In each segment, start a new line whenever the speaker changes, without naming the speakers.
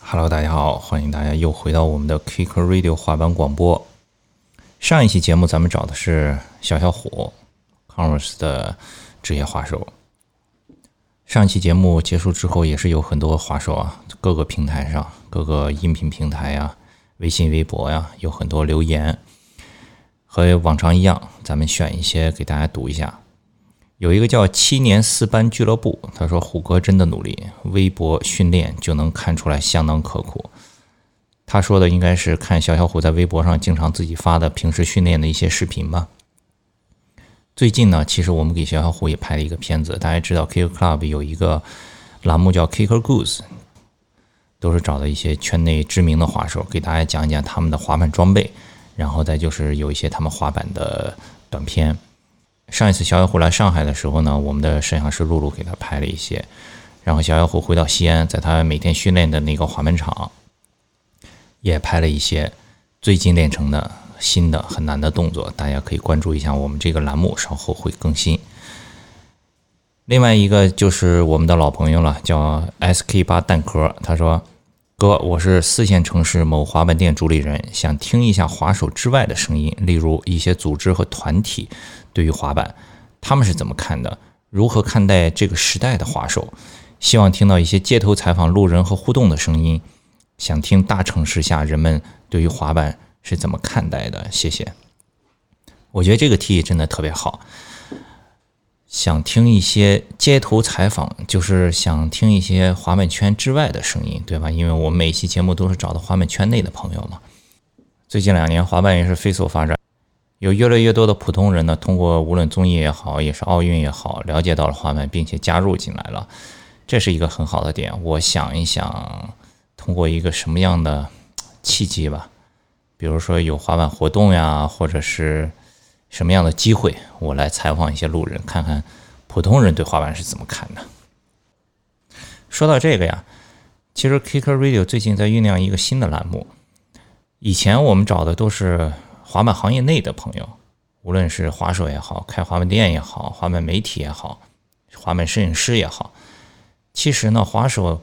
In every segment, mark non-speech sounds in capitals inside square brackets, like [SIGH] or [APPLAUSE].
Hello，大家好，欢迎大家又回到我们的 Kicker Radio 滑板广播。上一期节目咱们找的是小小虎 Converse 的职业滑手。上一期节目结束之后，也是有很多滑手啊，各个平台上、各个音频平台呀、微信、微博呀、有很多留言。和往常一样，咱们选一些给大家读一下。有一个叫七年四班俱乐部，他说虎哥真的努力，微博训练就能看出来相当刻苦。他说的应该是看小小虎在微博上经常自己发的平时训练的一些视频吧。最近呢，其实我们给小小虎也拍了一个片子，大家知道 Kick Club 有一个栏目叫 Kicker Goose，都是找的一些圈内知名的滑手，给大家讲一讲他们的滑板装备，然后再就是有一些他们滑板的短片。上一次小野虎来上海的时候呢，我们的摄像师露露给他拍了一些。然后小野虎回到西安，在他每天训练的那个滑板场，也拍了一些最近练成的新的很难的动作，大家可以关注一下我们这个栏目，稍后会更新。另外一个就是我们的老朋友了，叫 SK 八蛋壳，他说：“哥，我是四线城市某滑板店主理人，想听一下滑手之外的声音，例如一些组织和团体对于滑板，他们是怎么看的？如何看待这个时代的滑手？希望听到一些街头采访、路人和互动的声音。想听大城市下人们对于滑板是怎么看待的？谢谢。我觉得这个提议真的特别好。想听一些街头采访，就是想听一些滑板圈之外的声音，对吧？因为我们每一期节目都是找的滑板圈内的朋友嘛。最近两年，滑板也是飞速发展，有越来越多的普通人呢，通过无论综艺也好，也是奥运也好，了解到了滑板，并且加入进来了，这是一个很好的点。我想一想，通过一个什么样的契机吧，比如说有滑板活动呀，或者是什么样的机会，我来采访一些路人，看看普通人对滑板是怎么看的。说到这个呀，其实 Kicker Radio 最近在酝酿一个新的栏目。以前我们找的都是滑板行业内的朋友，无论是滑手也好，开滑板店也好，滑板媒体也好，滑板摄影师也好。其实呢，滑手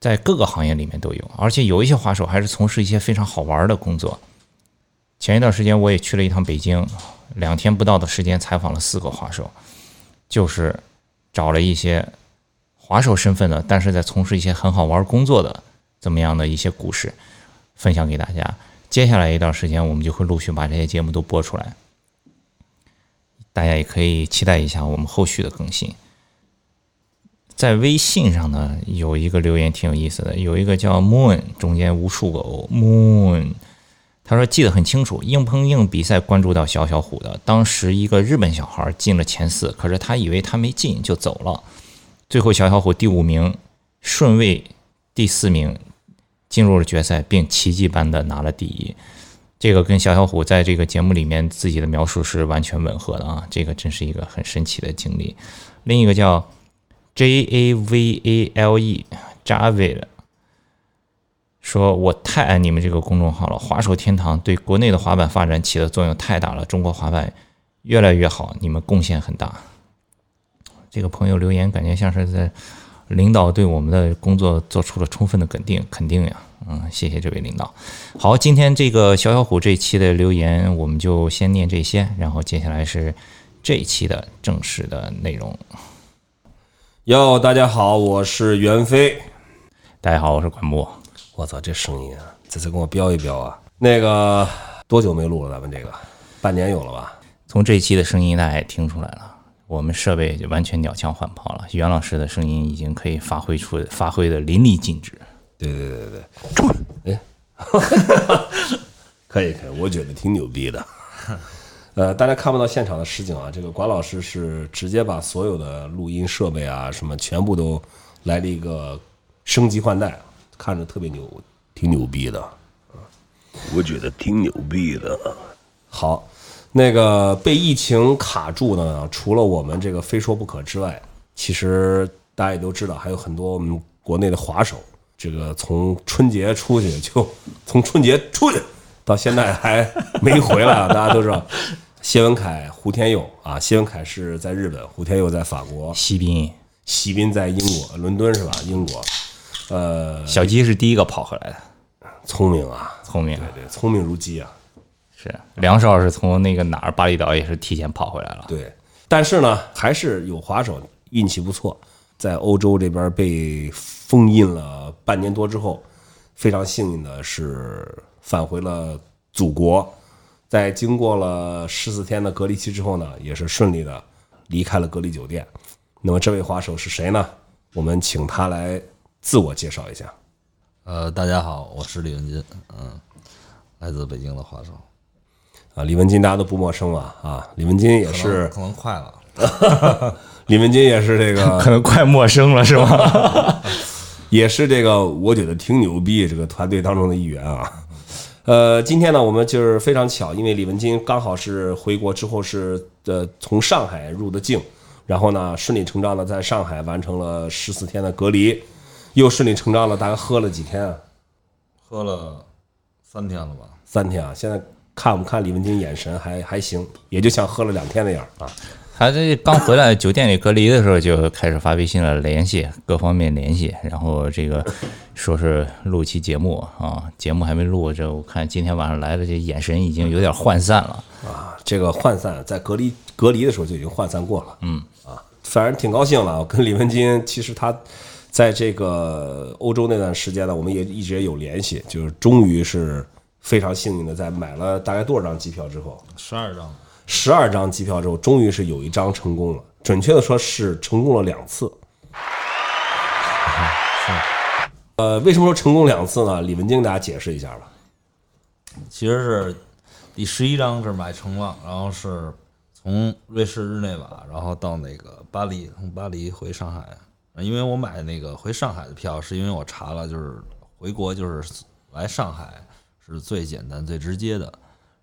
在各个行业里面都有，而且有一些滑手还是从事一些非常好玩的工作。前一段时间我也去了一趟北京，两天不到的时间采访了四个滑手，就是找了一些滑手身份的，但是在从事一些很好玩工作的这么样的一些故事，分享给大家。接下来一段时间，我们就会陆续把这些节目都播出来，大家也可以期待一下我们后续的更新。在微信上呢，有一个留言挺有意思的，有一个叫 moon 中间无数个 o moon，他说记得很清楚，硬碰硬比赛关注到小小虎的，当时一个日本小孩进了前四，可是他以为他没进就走了，最后小小虎第五名，顺位第四名进入了决赛，并奇迹般的拿了第一。这个跟小小虎在这个节目里面自己的描述是完全吻合的啊，这个真是一个很神奇的经历。另一个叫 J A V A L E Javale 说：“我太爱你们这个公众号了，滑手天堂对国内的滑板发展起的作用太大了，中国滑板越来越好，你们贡献很大。”这个朋友留言感觉像是在领导对我们的工作做出了充分的肯定，肯定呀，嗯，谢谢这位领导。好，今天这个小小虎这一期的留言我们就先念这些，然后接下来是这一期的正式的内容。
哟，大家好，我是袁飞。
大家好，我是管木。
我操，这声音啊，这次跟我飙一飙啊！那个多久没录了？咱们这个半年有了吧？
从这一期的声音大家也听出来了，我们设备就完全鸟枪换炮了。袁老师的声音已经可以发挥出发挥的淋漓尽致。
对对对对对，可以可以，我觉得挺牛逼的。呃，大家看不到现场的实景啊，这个管老师是直接把所有的录音设备啊什么全部都来了一个升级换代，看着特别牛，挺牛逼的。
我觉得挺牛逼的。
好，那个被疫情卡住呢，除了我们这个非说不可之外，其实大家也都知道，还有很多我们国内的滑手，这个从春节出去就从春节出去到现在还没回来啊，大家都知道。谢文凯、胡天佑啊，谢文凯是啊在日本，胡天佑在法国，
西宾
席斌在英国，伦敦是吧？英国，呃，
小鸡是第一个跑回来的，
聪明啊，
聪明
对对，聪明如鸡啊，
是梁少是从那个哪儿巴厘岛也是提前跑回来了，
对。但是呢，还是有滑手运气不错，在欧洲这边被封印了半年多之后，非常幸运的是返回了祖国，在经过了十四天的隔离期之后呢，也是顺利的离开了隔离酒店。那么这位滑手是谁呢？我们请他来自我介绍一下。
呃，大家好，我是李文金，嗯，来自北京的华少，
啊，李文金大家都不陌生吧？啊，李文金也
可能
是
可能快了，
李文金也是这个
可能快陌生了是吗？ [LAUGHS]
也是这个，我觉得挺牛逼这个团队当中的一员啊。呃，今天呢，我们就是非常巧，因为李文金刚好是回国之后是呃从上海入的境，然后呢顺理成章的在上海完成了十四天的隔离，又顺理成章的大概喝了几天啊，
喝了三天了吧？
三天啊。现在看我们看李文金眼神还还行，也就像喝了两天那样啊。
他这刚回来酒店里隔离的时候就开始发微信了，联系各方面联系，然后这个说是录期节目啊，节目还没录，这我看今天晚上来的这眼神已经有点涣散了。
啊，这个涣散在隔离隔离的时候就已经涣散过了。嗯啊，反正挺高兴了。我跟李文金其实他在这个欧洲那段时间呢，我们也一直也有联系，就是终于是非常幸运的，在买了大概多少张机票之后，
十二张，
十二张机票之后，终于是有一张成功了。准确的说是成功了两
[LAUGHS]
次。呃，为什么说成功两次呢？李文金给大家解释一下吧。
其实是第十一张是买成了，然后是从瑞士日内瓦，然后到那个巴黎，从巴黎回上海，因为我买那个回上海的票，是因为我查了，就是回国就是来上海是最简单最直接的，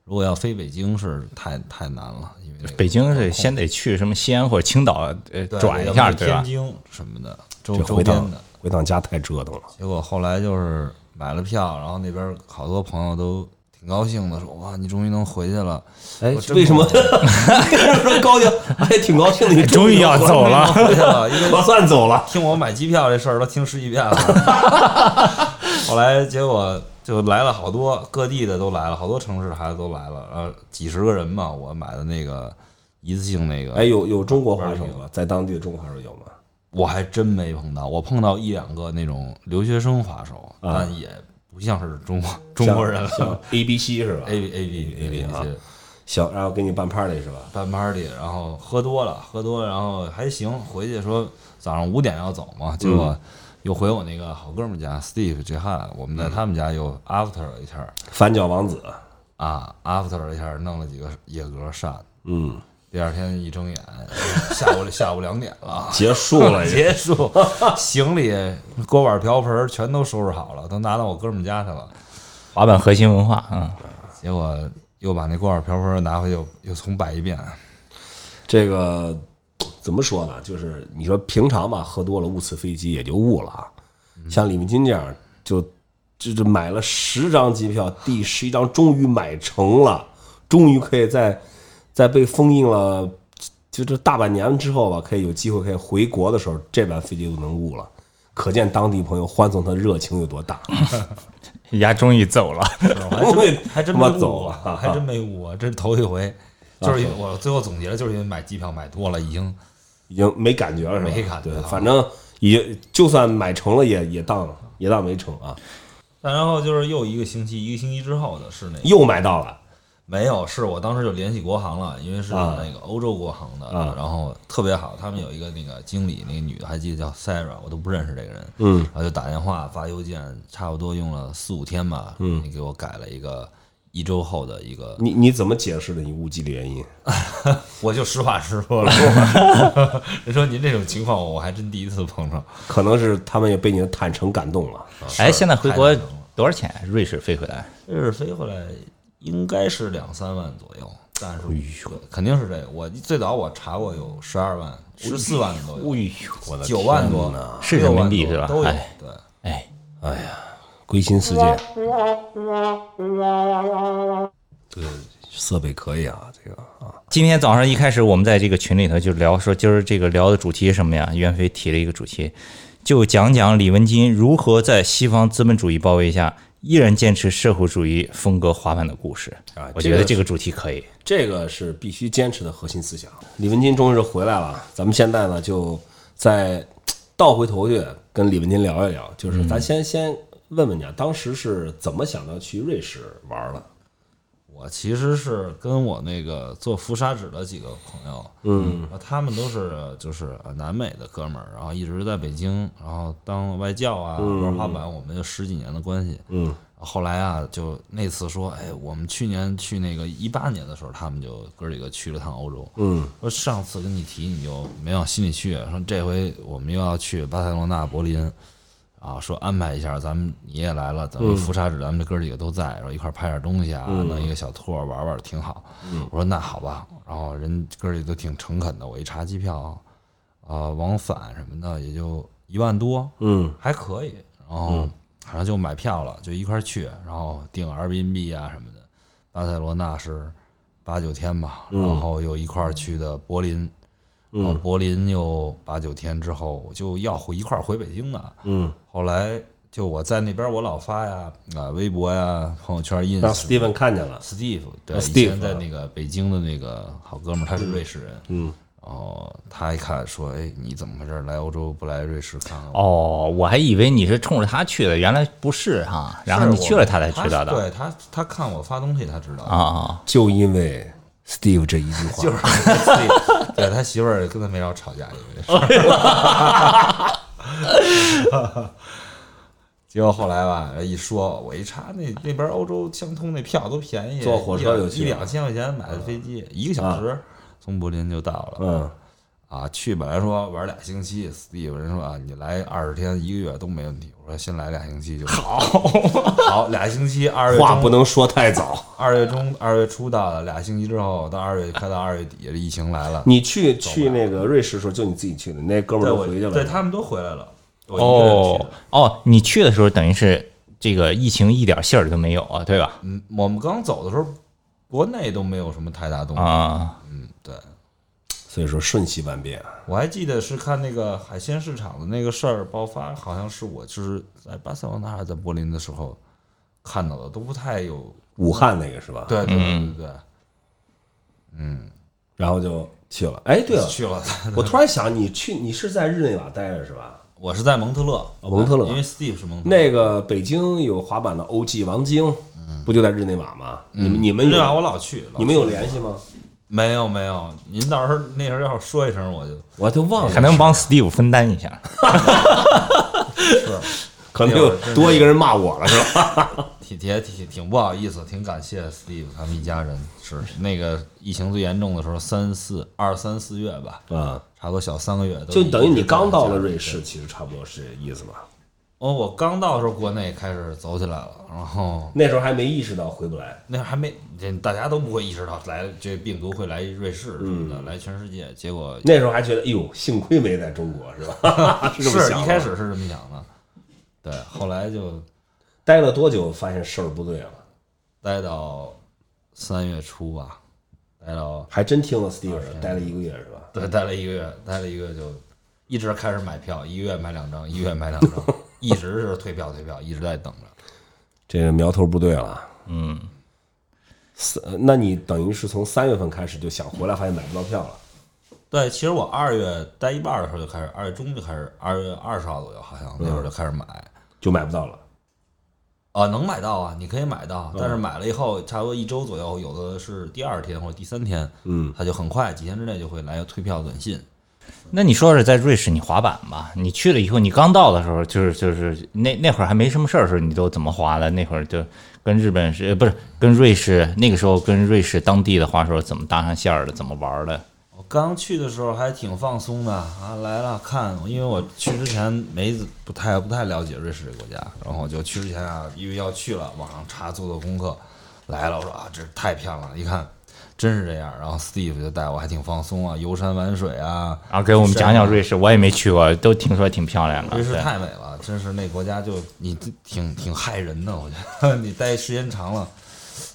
如果要飞北京是太太难了，因为那个
北京是先得去什么西安或者青岛呃
对
转一
要
下，
不
对
天
吧？
津什么的，周
这
周
回趟
边的。
回趟家太折腾了。
结果后来就是买了票，然后那边好多朋友都挺高兴的，说哇，你终于能回去了。
哎
我，真
为什么
不能
说高兴？ [LAUGHS] 哎，挺高兴的，你
终于要走了， [LAUGHS]
回去了？因
我
为
算走了。
听我买机票这事儿都听十几遍了。后来结果就来了好多各地的都来了，好多城市的孩子都来了，然后几十个人嘛，我买的那个一次性那个，
[LAUGHS] 哎，有有中国滑手吗？在当地的中国滑手有吗？
我还真没碰到，我碰到一两个那种留学生滑手，
啊
但也不像是中国中国人了。哎
，A B C 是吧
A B A B A B
啊
些。
行，然后给你办 party 是吧？
办 party，然后喝多了，喝多了，然后还行，回去说早上五点要走嘛，结果又回我那个好哥们儿家 Steve 杰汉，我们在他们家又 after 了一下儿
反角王子，
啊，after 了一下儿，弄了几个野格扇，
嗯，。
第二天一睁眼， [LAUGHS] 下午下午两点了
结束了也。
结束，行李、锅碗瓢盆儿全都收拾好了，都拿到我哥们儿家去了。
滑板核心文化啊，
结果又把那锅碗瓢盆儿拿回去，又又重摆一遍。
这个怎么说呢？就是你说平常吧，喝多了误次飞机也就误了啊。
嗯
像李明金这样，就就就买了十张机票，第十一张终于买成了，终于可以在在被封印了就这大半年之后吧，可以有机会可以回国的时候，这班飞机就能误了。可见当地朋友欢送他的热情有多大。
人家终于走了。
我还真还真没
他妈
误
走
过
了啊
还真没误过，这是头
[LAUGHS]
一回。就是因为我最后总结了，就是因为买机票买多了，已经
已经没感觉了，是吧？
没感觉
对
了
反正也就算买成了也也当也当没成啊，
但然后就是又一个星期，一个星期之后的是那
又买到了。
没有，是我当时就联系国航了，因为是
啊
那个欧洲国航的，
啊
然后特别好，他们有一个那个经理，那个女的还记得叫 Sarah，我都不认识这个人，
嗯
然后就打电话发邮件，差不多用了四五天吧，嗯，你给我改了一个一周后的一个，
你你怎么解释的你误机的原因？嗯
我就实话实说了，
[LAUGHS]
[LAUGHS] 人说您这种情况我还真第一次碰上，
可能是他们也被你的坦诚感动了。
哎，现在回国
太难了
多少钱？瑞士飞回来？
这是飞回来应该是两三万左右，但
哎
是对肯定是这个。我最早我查过有十二万、
哎
十四万都
哎
有，
我的
九万多
是人民币是吧
6万多都有
哎。
对，
哎，
归心似箭，对，设备可以啊，这个啊，
今天早上一开始我们在这个群里头就聊说，今儿这个聊的主题是什么呀？袁飞提了一个主题，就讲讲李文金如何在西方资本主义包围下，依然坚持社会主义风格滑板的故事。
啊
我
这
觉
个
得这个主题可以。
这个是必须坚持的核心思想。李文金终于是回来了，咱们现在呢就再倒回头去跟李文金聊一聊，就是咱先、先问问你啊，当时是怎么想到去瑞士玩了？
我其实是跟我那个做浮砂纸的几个朋友，
嗯，
啊他们都是就是呃南美的哥们儿，然后一直在北京，然后当外教啊，玩滑板，我们有十几年的关系。
嗯，
后来啊，就那次说，哎，我们去年去那个一八年的时候，他们就哥几个去了趟欧洲。
嗯，
说上次跟你提你就没往心里去，说这回我们又要去巴塞罗那、柏林，啊，说安排一下，咱们你也来了，等于福沙纸，咱们这哥几个都在，然后一块儿拍点东西啊，弄一个小托儿玩玩挺好。我说那好吧，然后人哥几个都挺诚恳的，我一查机票，啊、往返什么的也就一万多，
嗯
还可以，然后反正就买票了，就一块儿去，然后订 Airbnb 啊什么的。巴塞罗那是八九天吧，
嗯
然后又一块儿去的柏林，然后柏林又八九天之后就要回一块儿回北京的。
嗯，
后来就我在那边，我老发呀啊微博呀、朋友圈、
让
ins。
Steven 看见了，
Steve 对，
啊
以前
，Steve
在那个北京的那个好哥们儿，他是瑞士人，
嗯，
然后他一看说：“哎，你怎么回事？来欧洲不来瑞士看看我？”
哦，我还以为你是冲着他去的，原来不是哈。然后
是
你
我
去了，他才知道的。
对他，他看我发东西，他知道
啊。啊，
就因为 Steve 这一句话，
就是所以对他媳妇儿跟他没少吵架，因为这事
[LAUGHS]
儿 [LAUGHS] 结果后来吧，一说，我一查那那边欧洲相通那票都便宜，
坐火车就去
一
了啊
两千块钱买的飞机，一个小时从柏林就到了。
嗯
啊，去本来说玩俩星期，Steve 人说啊，你来二十天一个月都没问题。我说先来俩星期就好，
[LAUGHS]
好俩星期二月
话
中
不能说太早。
二月中、二月初到了，俩星期之后到二月快到二月底，这疫情来
[LAUGHS]
了，
你去去那个瑞士的时候，就你自己去的，那哥们儿
对
都
我
回去了。
对他们都回来了。我一个人去
哦
的，
哦，你去的时候等于是这个疫情一点信儿都没有啊，对吧？
嗯，我们刚走的时候，国内都没有什么太大动静。
啊，
嗯，对，
所以说瞬息万变。
我还记得是看那个海鲜市场的那个事儿爆发，好像是我就是在巴塞罗那还是在柏林的时候看到的，都不太有。
武汉那个是吧？，
对对对
嗯
对对，
然后就去了。哎，对了，
去了。
我突然想，你去你是在日内瓦待着是吧？
我是在蒙特勒，
哦蒙特勒
因为 Steve 是蒙特勒。
那个北京有滑板的欧记王晶，不就在日内瓦吗？你们你们
嗯日瓦
有
我老去，老
你们有
去
联系吗？
没有没有，您到时候那时候要是说一声，我就
我都忘
还能帮 Steve 分担一下。
可能又多一个人骂我了是
[LAUGHS]
吧？
挺挺挺挺不好意思，挺感谢 Steve 他们一家人。是那个疫情最严重的时候，三四二三四月吧，
啊，
差不多小三个月都。
就等于你刚到了瑞士，。其实差不多是这意思吧？
哦，我刚到的时候，国内开始走起来了，然后
那时候还没意识到回不来。
那还没，这大家都不会意识到来这病毒会来瑞士什么的，
嗯
来全世界。结果
那时候还觉得，哎呦，幸亏没在中国，是吧？ [LAUGHS] 是这么想的
一开始是这么想的，对，后来就
待了多久，发现事儿不对了，
待到三月初吧，待到
还真听了 Steve 的，待了一个月是吧？
对，待了一个月，待了一个月就一直开始买票，一个月买两张，一个月买两张，一直是退票退票，一直在等着。
这个苗头不对了。嗯，三，那你等于是从三月份开始就想回来，发现买不到票了。
对，其实我二月待一半的时候就开始，二月中就开始，二月二十号左右好像那会儿就开始买，
就买不到了。
啊，能买到啊，你可以买到，但是买了以后差不多一周左右，有的是第二天或者第三天，
嗯，
它就很快几天之内就会来个退票短信。
那你说说在瑞士你滑板吧？你去了以后，你刚到的时候，就是就是那那会儿还没什么事儿的时候，你都怎么滑的？那会儿就跟日本是呃不是跟瑞士那个时候跟瑞士当地的滑手怎么搭上线儿的，怎么玩儿的？
我刚去的时候还挺放松的啊，来了看，因为我去之前没不太不太了解瑞士这个国家，然后我就去之前啊，因为要去了，网上查做做功课，来了，我说啊，这太漂亮了，一看真是这样。然后 Steve 就带我还挺放松啊，游山玩水啊，
然后给我们讲讲瑞士，我也没去过，都听说挺漂亮的。
瑞士
啊对
太美了，真是那国家就你这挺挺害人的，我觉得 [LAUGHS] 你待时间长了，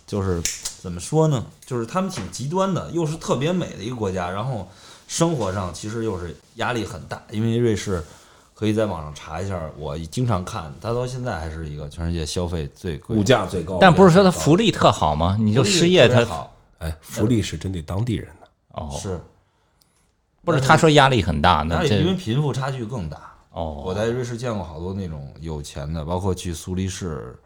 就是怎么说呢？就是他们挺极端的，又是特别美的一个国家，然后生活上其实又是压力很大，因为瑞士可以在网上查一下，我经常看，它到现在还是一个全世界消费最贵的。
物价最高，
但不是说它福利特好吗？你就失业
特别
它
好
哎，福利是针对当地人的。
哦，
是，
不是他说压力很大，
那
那
因为
这
贫富差距更大。我
哦，
在瑞士见过好多那种有钱的，包括去苏黎世，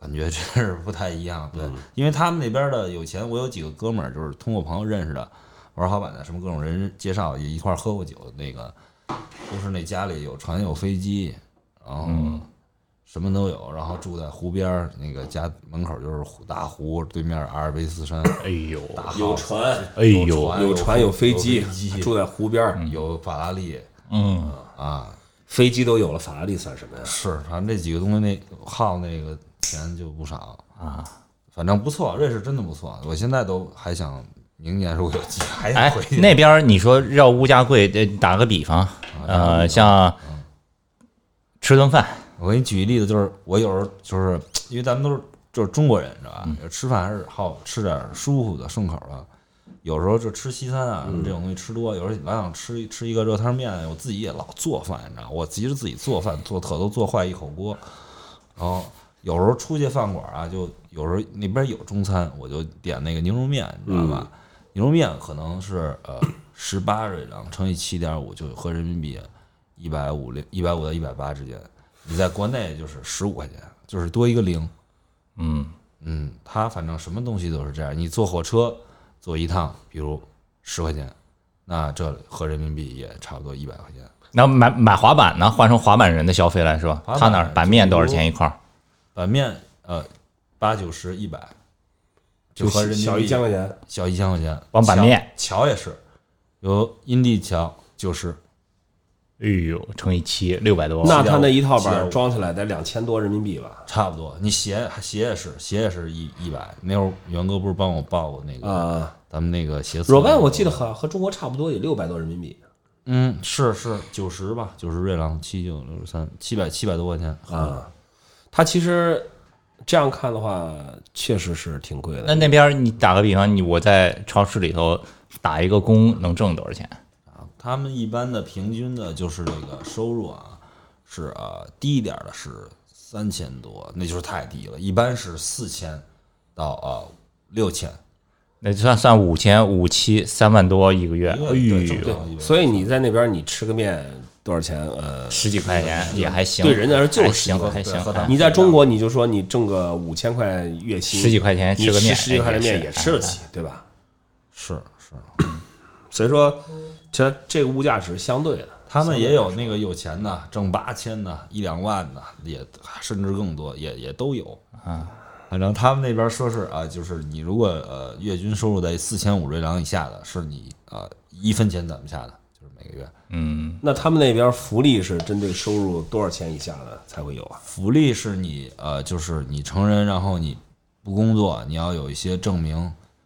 感觉真是不太一样。对，因为他们那边的有钱，我有几个哥们儿就是通过朋友认识的，玩滑板的，什么各种人介绍，也一块儿喝过酒的那个，都是那家里有船有飞机，然后什么都有，然后住在湖边儿，那个家门口就是湖大湖，对面阿尔卑斯山，
哎呦，
大
有
house，
船，
哎呦，
船
有船，有飞机
有飞，机，
住在湖边儿，
有法拉利
嗯，
啊，
飞机都有了，法拉利算什么呀？
是，反正这几个东西那耗那个钱就不少
啊，
反正不错，瑞士真的不错，我现在都还想明年如果有机会还想
哎
回，去。
那边儿你说要物价贵，呃打个比方，
哦
呃，像吃顿饭，
我给你举一例子，就是我有时候就是因为咱们都是就是中国人，你知道吧？吃饭还是好吃点舒服的、顺口的。有时候就吃西餐啊，什么这种东西吃多，有时候老想吃一吃一个热汤面，我自己也老做饭，你知道，我急着自己做饭，做特都做坏一口锅。然后有时候出去饭馆啊，就有时候那边有中餐，我就点那个牛肉面，你知道吧？牛肉面可能是呃十八瑞郎乘以七点五，就合人民币一百五六一百五到一百八之间。你在国内就是十五块钱，就是多一个零。
嗯，
嗯，它反正什么东西都是这样。你坐火车坐一趟，比如十块钱，那这合人民币也差不多一百块钱。
那买买滑板呢，换成滑板人的消费来说
滑，板
他那儿板面多少钱一块儿？
板面呃八九十一百，就
就
合人民币
小一千块钱，
小一千块钱。
光板面
桥桥也是，有阴地桥九十，
哎呦，乘以七，六百多。
那他那一套板
七
儿
五
装起来得两千多人民币吧？
差不多。你鞋鞋也是，鞋也是一一百。那会儿元哥不是帮我报过那个、
啊，
咱们那个鞋测
若干
那个
我记得和和中国差不多，也六百多人民币。
嗯，是是九十吧，九十瑞郎七九六十三七百七百多块钱
啊，它其实这样看的话，确实是挺贵
那
的。
那边儿你打个比方，你我在超市里头打一个工能挣多少钱？
啊。他们一般的平均的就是这个收入啊，是啊低一点的是三千多，那就是太低了，一般是四千到啊六千。
那就算算五千五七三万多一个月，
一个
哎
对
呦
正，常一个
所以你在那边你吃个面多少钱？呃，
十几块钱也还行，
对人家来说就是
还行
一个
还行哎
对，喝
还
汤
你在中国你就说你挣个五千块月薪，
十几块钱
你
吃个面，
十几
哎
块钱面也吃得起，对吧？
是是，
所以说，这这个物价只是相对的。
他们也有那个有钱的，挣八千的，一两万的，也甚至更多，也也都有啊。反正他们那边说是啊，就是你如果呃月均收入在四千五瑞郎以下的，是你呃一分钱攒不下的，就是每个月
嗯，
那他们那边福利是针对收入多少钱以下的才会有啊？
福利是你呃就是你成人，然后你不工作，你要有一些证明，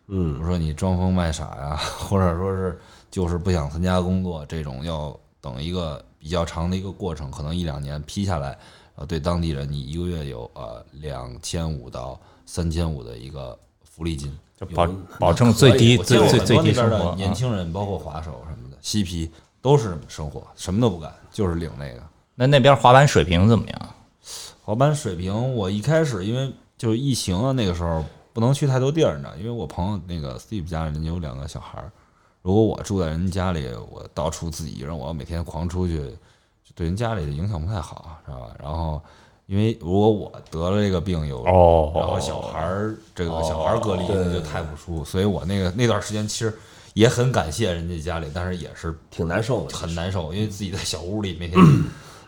比
嗯，
如说你装疯卖傻呀， [LAUGHS] 或者说是就是不想参加工作这种，要等一个比较长的一个过程，可能一两年批下来，呃，对当地人你一个月有呃两千五到三千五的一个福利金，
就保保证最低
我
最
见过
最
很
最
多
低
那
生
边
活
的年
啊。
轻人，包括滑手什么的，嬉皮都是生活，什么都不干，就是领那个。
那那边滑板水平怎么样？
滑板水平，我一开始因为就是疫情啊，那个时候不能去太多地儿呢，因为我朋友那个 Steve 家人有两个小孩儿，如果我住在人家里，我到处自己一个人，我要每天狂出去，就对人家里的影响不太好，知道吧？然后因为如果我得了这个病有
哦
然后小孩儿这
哦
个小孩儿隔离那就太不舒服，所以我那个那段时间其实也很感谢人家家里，但是也是
挺难受的。
很难受，因为自己在小屋里每天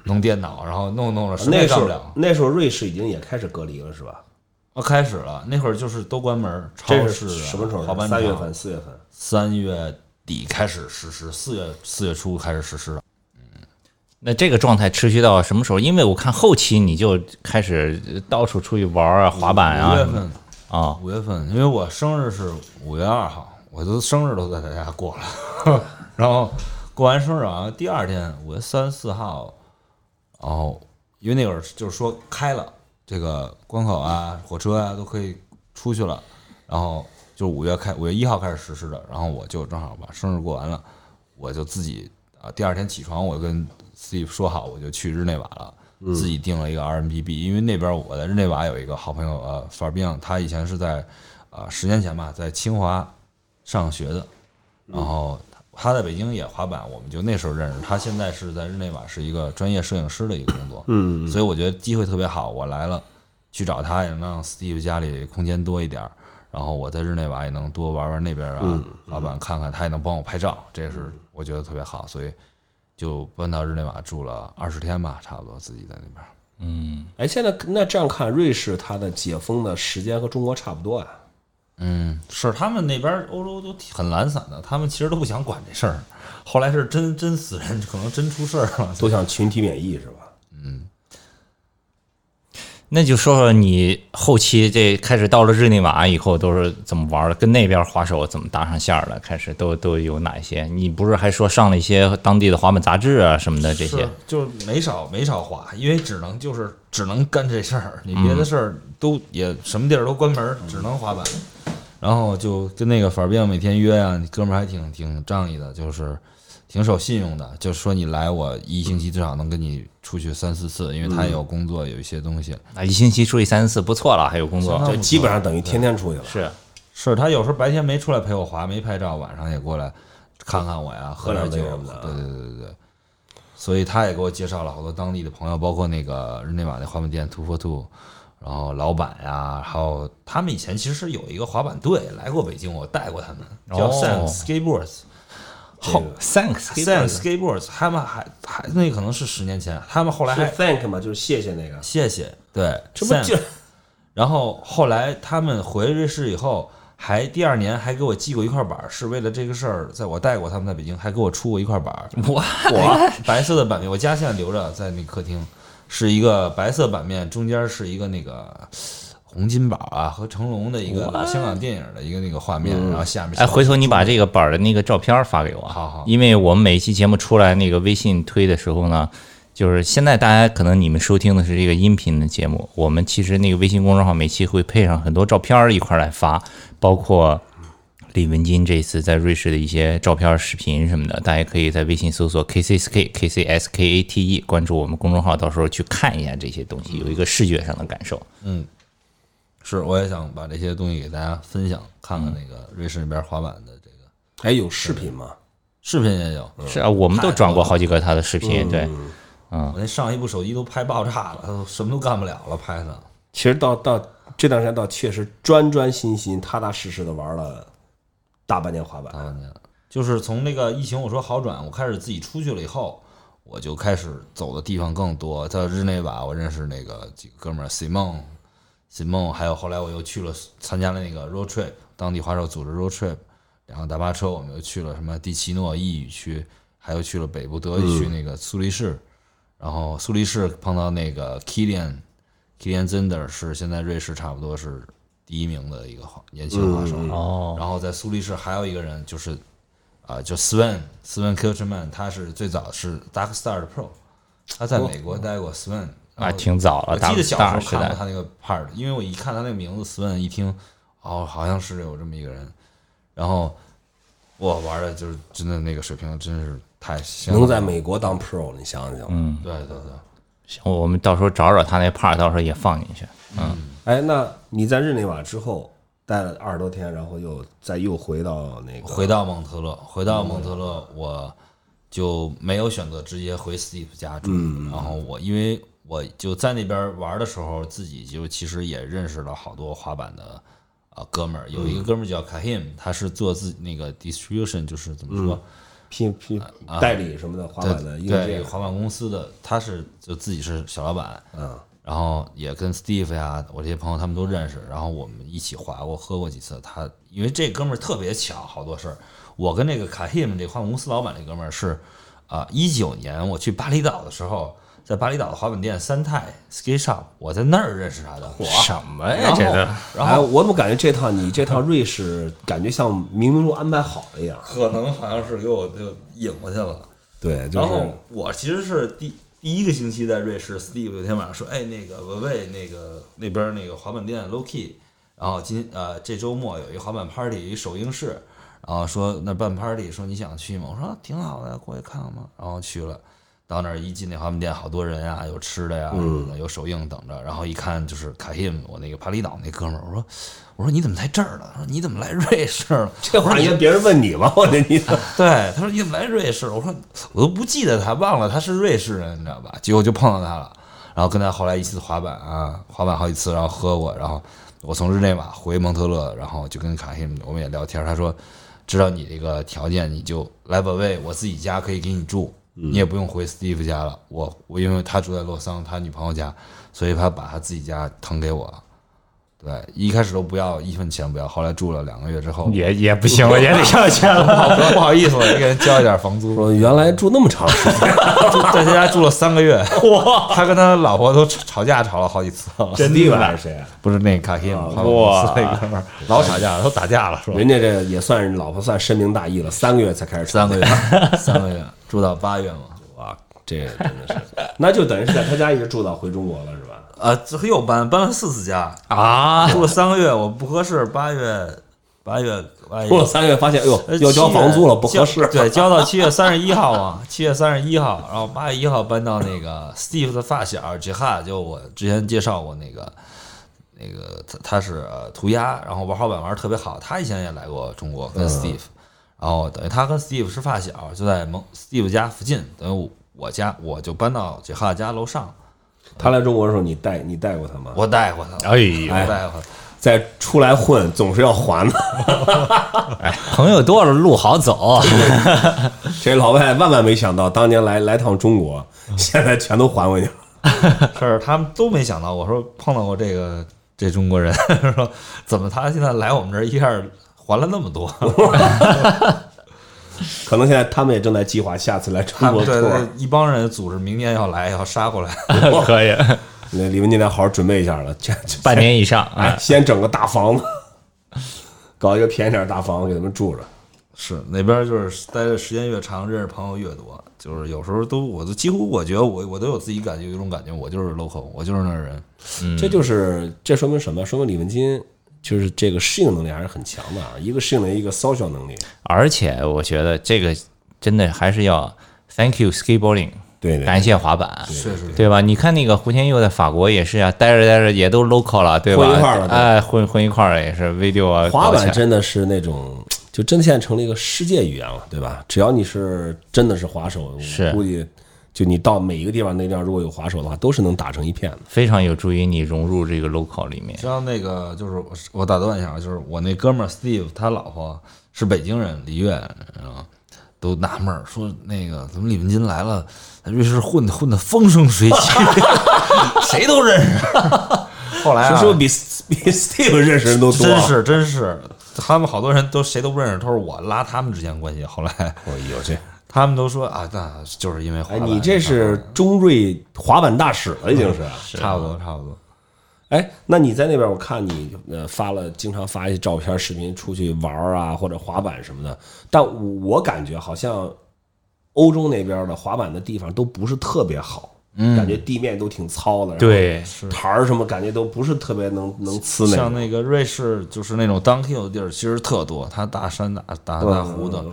弄电脑，然后弄弄了实在
那时
干不
候
了。
那时候瑞士已经也开始隔离了，是吧？
啊，开始了，那会儿就是都关门儿，超
这
市
是
啊
什么时候
滑
呢？
板场
三月份、，四月份。
三月底开始实施，四月四月初开始实施了。
那这个状态持续到什么时候？因为我看后期你就开始到处出去玩儿啊，滑板
五
啊
月
什么
份
的，啊，
五月份，因为我生日是五月二号，我都生日都在家过了， [LAUGHS] 然后过完生日好像第二天，五月三四号，然后因为那会儿就是说开了这个关口啊、火车啊都可以出去了，然后就是五月开五月一号开始实施的，然后我就正好把生日过完了，我就自己啊第二天起床，我跟 Steve 说好我就去日内瓦了，自己订了一个 RMBB，因为那边我在日内瓦有一个好朋友呃法尔宾，他以前是在啊十年前吧，在清华上学的，然后他他在北京也滑板，我们就那时候认识。他现在是在日内瓦是一个专业摄影师的一个工作，嗯，所以我觉得机会特别好，我来了去找他，也能让 Steve 家里空间多一点儿，然后我在日内瓦也能多玩玩那边啊滑板，看看他也能帮我拍照，这是我觉得特别好，所以就搬到日内瓦住了二十天吧，差不多自己在那边。
哎，现在那这样看，瑞士它的解封的时间和中国差不多啊。
嗯，是他们那边儿欧洲都挺很懒散的，他们其实都不想管这事儿。后来是真真死人，可能真出事儿了。
都想群体免疫是吧？
那就说说你后期这开始到了日内瓦以后都是怎么玩的，跟那边滑手怎么搭上线儿的，开始都都有哪一些？你不是还说上了一些当地的滑板杂志啊什么的这些
是？就没少没少花，因为只能就是只能干这事儿，你别的事儿都也什么地儿都关门儿，只能滑板。然后就跟那个法变每天约啊，你哥们儿还挺挺仗义的，就是挺守信用的，就说你来我一星期至少能跟你出去三四次，因为他也有工作，有一些东西。
啊，一星期出去三四，不错了，还有工作
相当
就基本上等于天天出去了。
是。
是他有时候白天没出来陪我滑，没拍照，晚上也过来看看我呀，喝点
喝
酒
点酒什么的
对对对对对。所以他也给我介绍了好多当地的朋友，包括那个日内瓦那滑板店 Two for Two，然后老板呀，还有他们以前其实有一个滑板队来过北京，我带过他们，叫
哦
Sam Skateboards。
好，thanks，
Sam Skateboards，他们还还那可能是十年前，他们后来
是
还
thank 嘛，就是谢谢那个。
谢谢，对，
这不
Sam
就
然后后来他们回瑞士以后，还第二年还给我寄过一块板儿，是为了这个事儿，在我带过他们在北京，还给我出过一块板儿，
我
我白色的版面，我家现在留着，在那客厅，是一个白色版面，中间是一个那个。洪金宝啊，和成龙的一个香港电影的一个那个画面，然后下面
哎，回头你把这个板儿的那个照片儿发给我，
好好
因为我们每一期节目出来那个微信推的时候呢，就是现在大家可能你们收听的是这个音频的节目，我们其实那个微信公众号每期会配上很多照片儿一块儿来发，包括李文金这一次在瑞士的一些照片、视频什么的，大家可以在微信搜索 KCSK KCSKATE E，关注我们公众号，到时候去看一下这些东西，有一个视觉上的感受。
嗯是我也想把这些东西给大家分享，看看那个瑞士那边滑板的这个
哎有视频吗？
视频也有，
是啊，我们都转过好几个他的视频，嗯对。
嗯
嗯
我那上一部手机都拍爆炸了，都什么都干不了了，拍的。
其实到到这段时间，倒确实专专心心、踏踏实实的玩了大半年滑板。
就是从那个疫情我说好转，我开始自己出去了以后，我就开始走的地方更多。在日内瓦，我认识那个几个哥们儿 Simon、Simon，还有后来我又去了参加了那个 road trip，当地滑手组织 road trip，然后大巴车我们又去了什么第奇诺意语区，还有去了北部德语区那个苏黎世，然后苏黎世碰到那个 Kilian。Kilian Zender 是现在瑞士差不多是第一名的一个滑年轻滑手，
哦，
然后在苏黎世还有一个人就是，啊、就 Sven Sven Kirchman，他是最早是 Dark Star 的 Pro，他在美国待过 Sven，然
啊，
后
挺早了，
我
大
记得小时候
时
看过
代
他那个 part，因为我一看他那个名字 Sven，一听哦，好像是有这么一个人，然后我玩的就是真的那个水平真是太像
能在美国当 pro，你想想。嗯。
对对对。
行，我们到时候找找他那 part，到时候也放进去。
哎，那你在日内瓦之后待了二十多天，然后又再又回到那个
回到蒙特勒，回到蒙特勒，我就没有选择直接回 Steve 家住。然后我因为我就在那边玩的时候，自己就其实也认识了好多滑板的啊哥们儿，有一个哥们儿叫 Kahim，他是做自那个 distribution，就是怎么说？
拼拼代理什么的滑板的硬
对
件。
滑板公司的，他是就自己是小老板，嗯，然后也跟 Steve 呀，我这些朋友他们都认识，然后我们一起滑过、喝过几次。他因为这哥们儿特别巧，好多事儿。我跟那个卡 him 这滑板公司老板这哥们儿是，啊、1一九年我去巴厘岛的时候，在巴厘岛的滑板店三泰 Skate Shop，我在那儿认识他的。
什么
然后，然后
哎，我怎么感觉这趟你这趟瑞士感觉像冥冥中安排好了一样？
可能好像是给我就引过去了。
对，就
然
是
后我其实是第第一个星期在瑞士，Steve 有天晚上说，哎，那个文蔚那个那边那个滑板店 Low Key，然后今呃这周末有一滑板 party，一首映式，然后说那办 party，说你想去吗？我说、啊挺好的，过去看看吧。然后去了，到那儿一进那滑门店，好多人啊，有吃的呀，什
嗯
么的，有首映等着。然后一看就是卡希姆，我那个巴厘岛那哥们儿，我说我说你怎么在这儿呢？他说你怎么来瑞士了？
这话应该别人问啊你吧？我这你
对，他说你怎么来瑞士？我说我都不记得他，忘了他是瑞士人，你知道吧？结果就碰到他了，然后跟他后来一次滑板啊，滑板好几次，然后喝过，然后我从日内瓦回蒙特勒，然后就跟卡希姆我们也聊天，他说知道你这个条件，你就来本位，我自己家可以给你住，你也不用回 Steve 家了。我我因为他住在洛桑，他女朋友家，所以他把他自己家腾给我了。对，一开始都不要一分钱不要，后来住了两个月之后，
也也不行了，也得要钱
[LAUGHS]
了。
不好意思，我得给人交一点房租。
[LAUGHS] 说原来住那么长时间，
[LAUGHS] 在他家住了三个月，他跟他老婆都吵吵架，吵了好几次了。
[LAUGHS] 真的吧？谁啊？
不是那卡西姆，
哇
那哥们儿老吵架了，都打架了，是吧？
人家这也算是老婆算深明大义了，三个月才开始吵
三个月， [LAUGHS] 三个月住到八月嘛。
啊，这真的是，那就等于是在他家一直住到回中国了，是吧？
啊，这又搬搬了四次家
啊，
住了三个月，我不合适。八月，八月，八
[LAUGHS]
月
住了三个月，发现哎
呃
呦要交
七月
房租了，不合
交
适。 [LAUGHS]
对，交到七月三十一号嘛，七月三十一号，然后八月一号搬到那个 Steve 的发小 j h 就我之前介绍过那个那个他他是呃涂鸦，然后玩滑板玩得特别好，他以前也来过中国
嗯
跟 Steve，、然后等于他跟 Steve 是发小，就在蒙 Steve 家附近，等于我我家我就搬到 j h 家楼上，
他来中国的时候，你带你带过他吗？
我带过他，
哎呦，
我带过他。
在出来混总是要还的，
朋友多了路好走，
这老外万万没想到，当年来来趟中国，现在全都还回去了。
是他们都没想到，我说碰到过这个这中国人， [LAUGHS] 说怎么他现在来我们这儿一下还了那么多？
可能现在他们也正在计划下次来中
他
国
们对
tour
对，一帮人组织明年要来要杀过来，
[LAUGHS] 可以，
那李文，你得好好准备一下了，这这
半年以 [LAUGHS] 上
哎，
啊，
先整个大房子， [LAUGHS] 搞一个便宜点儿大房子给他们住着。
[LAUGHS] 是那边就是待的时间越长，认识朋友越多，就是有时候都我都几乎我觉得我我都有自己感觉有一种感觉，我就是 local，我就是那儿人。
这就是这说明什么？说明李文金就是这个适应能力还是很强的啊，一个适应能力，一个 social 能力。
而且我觉得这个真的还是要 thank you skateboarding，
对对
感谢滑板，
确实，
对吧？你看那个胡天佑在法国也是啊，待着待着也都 local 了，对吧？
混一块儿了对
哎，混混一块儿了也是 video 啊，
滑
搞起
板
来
真的是那种，就真的现在成了一个世界语言了，对吧？只要你是真的是滑手，
是
我估计就你到每一个地方那地方，如果有滑手的话，都是能打成一片的。
非常有助于你融入这个 local 里面。
像那个就是我我打断一下啊，就是我那哥们儿 Steve，他老婆是北京人，李悦，然后都纳闷儿说那个怎么李文金来了，在瑞士混的混的风生水起， [LAUGHS] 谁都认识。后来
是
啊
不是，比比 Steve 认识人都多？啊
真，是真是，他们好多人都谁都不认识，都是我拉他们之间关系。后来
哎呦这，
他们都说啊，那就是因为滑
哎，
板
你这是中瑞滑板大使了，已经是。
差不多差不多。
哎，那你在那边，我看你呃发了，经常发一些照片、视频出去玩儿啊，或者滑板什么的。但我我感觉好像欧洲那边的滑板的地方都不是特别好，感觉地面都挺糙的，，
对，
台儿什么感觉都不是特别能能呲那
像
种。
那个瑞士，就是那种 downhill 的地儿，其实特多，它大山大大
嗯
大湖的，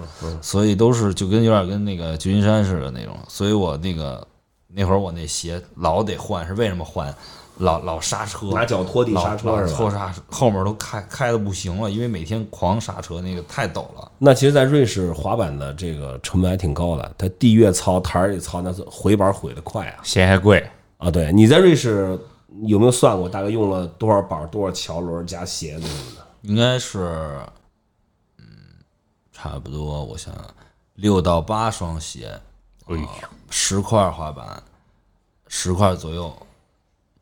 所以都是就跟有点跟那个旧金山似的那种。所以我那个那会儿我那鞋老得换，是为什么换？老老刹车，
拿脚拖地刹车
老老
是吧
拖刹车，后面都开开的不行了，因为每天狂刹车，那个太陡了。
那其实，在瑞士滑板的这个成本还挺高的，它地越糙，台儿也糙，那是回板毁的快啊！
鞋还贵，
啊，对，你在瑞士有没有算过大概用了多少板儿、多少桥轮儿加鞋子什么的？
应该是，嗯，差不多，我想六到八双鞋，
哎
啊十块滑板，十块左右。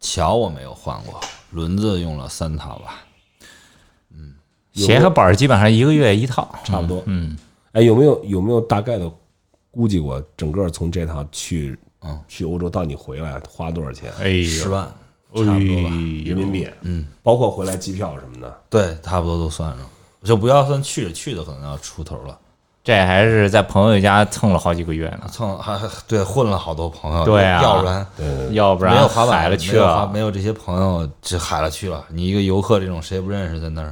桥我没有换过，轮子用了三套吧。
鞋和板儿基本上一个月一套，
差不多。嗯，哎，有没有有没有大概的估计过整个从这趟去
嗯
去欧洲到你回来花多少钱？
哎呦，
十万，
差不多吧。
人民币，嗯，包括回来机票什么的，
对，差不多都算上，就不要算去去的，可能要出头了。
这还是在朋友家蹭了好几个月呢，
蹭还对混了好多朋友，
对啊
要不然
要不然
没有滑板
海了
没
去
有滑
了。
没有这些朋友，这海了去了。你一个游客这种谁也不认识，在那儿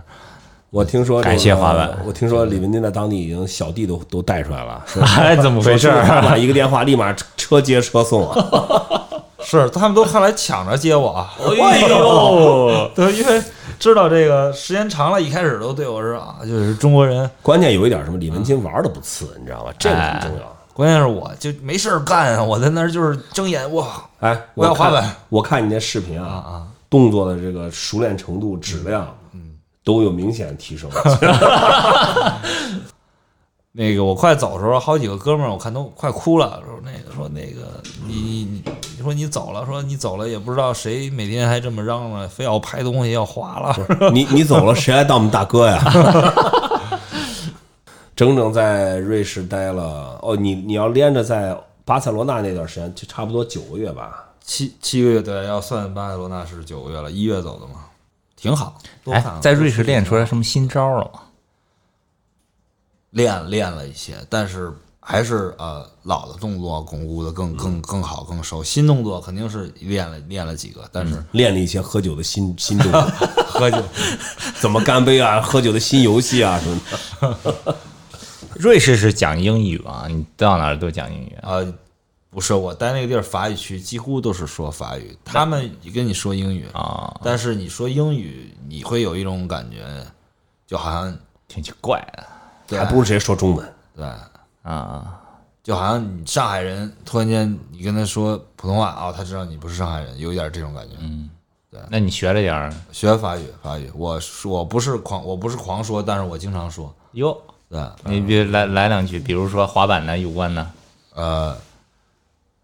我听说这个
感谢华文
我听说李文金在当地已经小弟都都带出来 [LAUGHS] 了，说
哎，怎么回事
说
儿？
他打一个电话，立马车接车送啊！
是他们都看来抢着接我啊，
[LAUGHS] 哎呦，
[LAUGHS] 对，因为知道这个时间长了，一开始都对我是啊，就是中国人，
[LAUGHS] 关键有一点什么，李文金玩的不次，你知道吧？这个很重要。
关键是我就没事儿干啊，我在那儿就是睁眼哇，
哎，
我要
看
滑板，
我看你那视频
啊
啊，
啊，
动作的这个熟练程度、质量，嗯，都有明显提升。
那个我快走的时候，好几个哥们儿我看都快哭了，说那个说那个你你你你说你走了，说你走了也不知道谁每天还这么嚷嚷，非要拍东西要划了， [LAUGHS]
你你走了，谁来当我们大哥呀？ [LAUGHS] 整整在瑞士待了哦，你你要连着在巴塞罗那那段时间，就差不多九个月吧。
七七个月对，要算巴塞罗那是九个月了，一月走的嘛，挺好，多看啊
哎
看，
在瑞士练出来什么新招了吗？
练练了一些，但是还是呃老的动作巩固的更更更好更熟，新动作肯定是练了练了几个，但是
练了一些喝酒的新新
[LAUGHS]
动作，
喝酒
怎么干杯啊，喝酒的新游戏啊什么的。
瑞士是讲英语啊，你到哪儿都讲英语。
呃，不是我待那个地儿法语区几乎都是说法语，他们跟你说英语
啊，
但是你说英语你会有一种感觉，就好像
挺奇怪的
对
还不如直接说中文。
对，
啊。
就好像你上海人突然间你跟他说普通话啊、哦他知道你不是上海人，有一点这种感觉。
那你学了点儿
学法语，法语，我说我不是狂，我不是狂说，但是我经常说，
哟，
对，
你比如来来两句，比如说滑板的有关的，
呃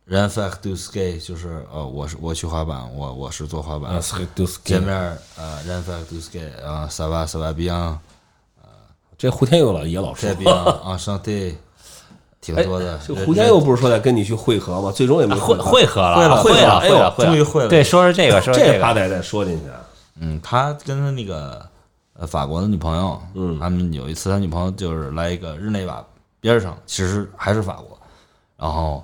r e n f a c du ski 就是呃，我是我去滑板，我我是做滑板，
啊，ski do ski
见面儿呃 r e n f a c du ski 啊，ça va ça va bien
[LAUGHS] 这胡天佑老也老说
très。bien 啊，santé，挺
哎
多的，
这
人
胡天佑不是说在跟你去会合吗？最终也没
啊会
会
会合了啊，
会
会
了
会
会了
了，
终于会了
对，说说这个，说说
这
个
他得再说进去啊。
嗯，他跟他那个呃法国的女朋友，嗯，他们有一次他女朋友就是来一个日内瓦边儿上，其实还是法国，然后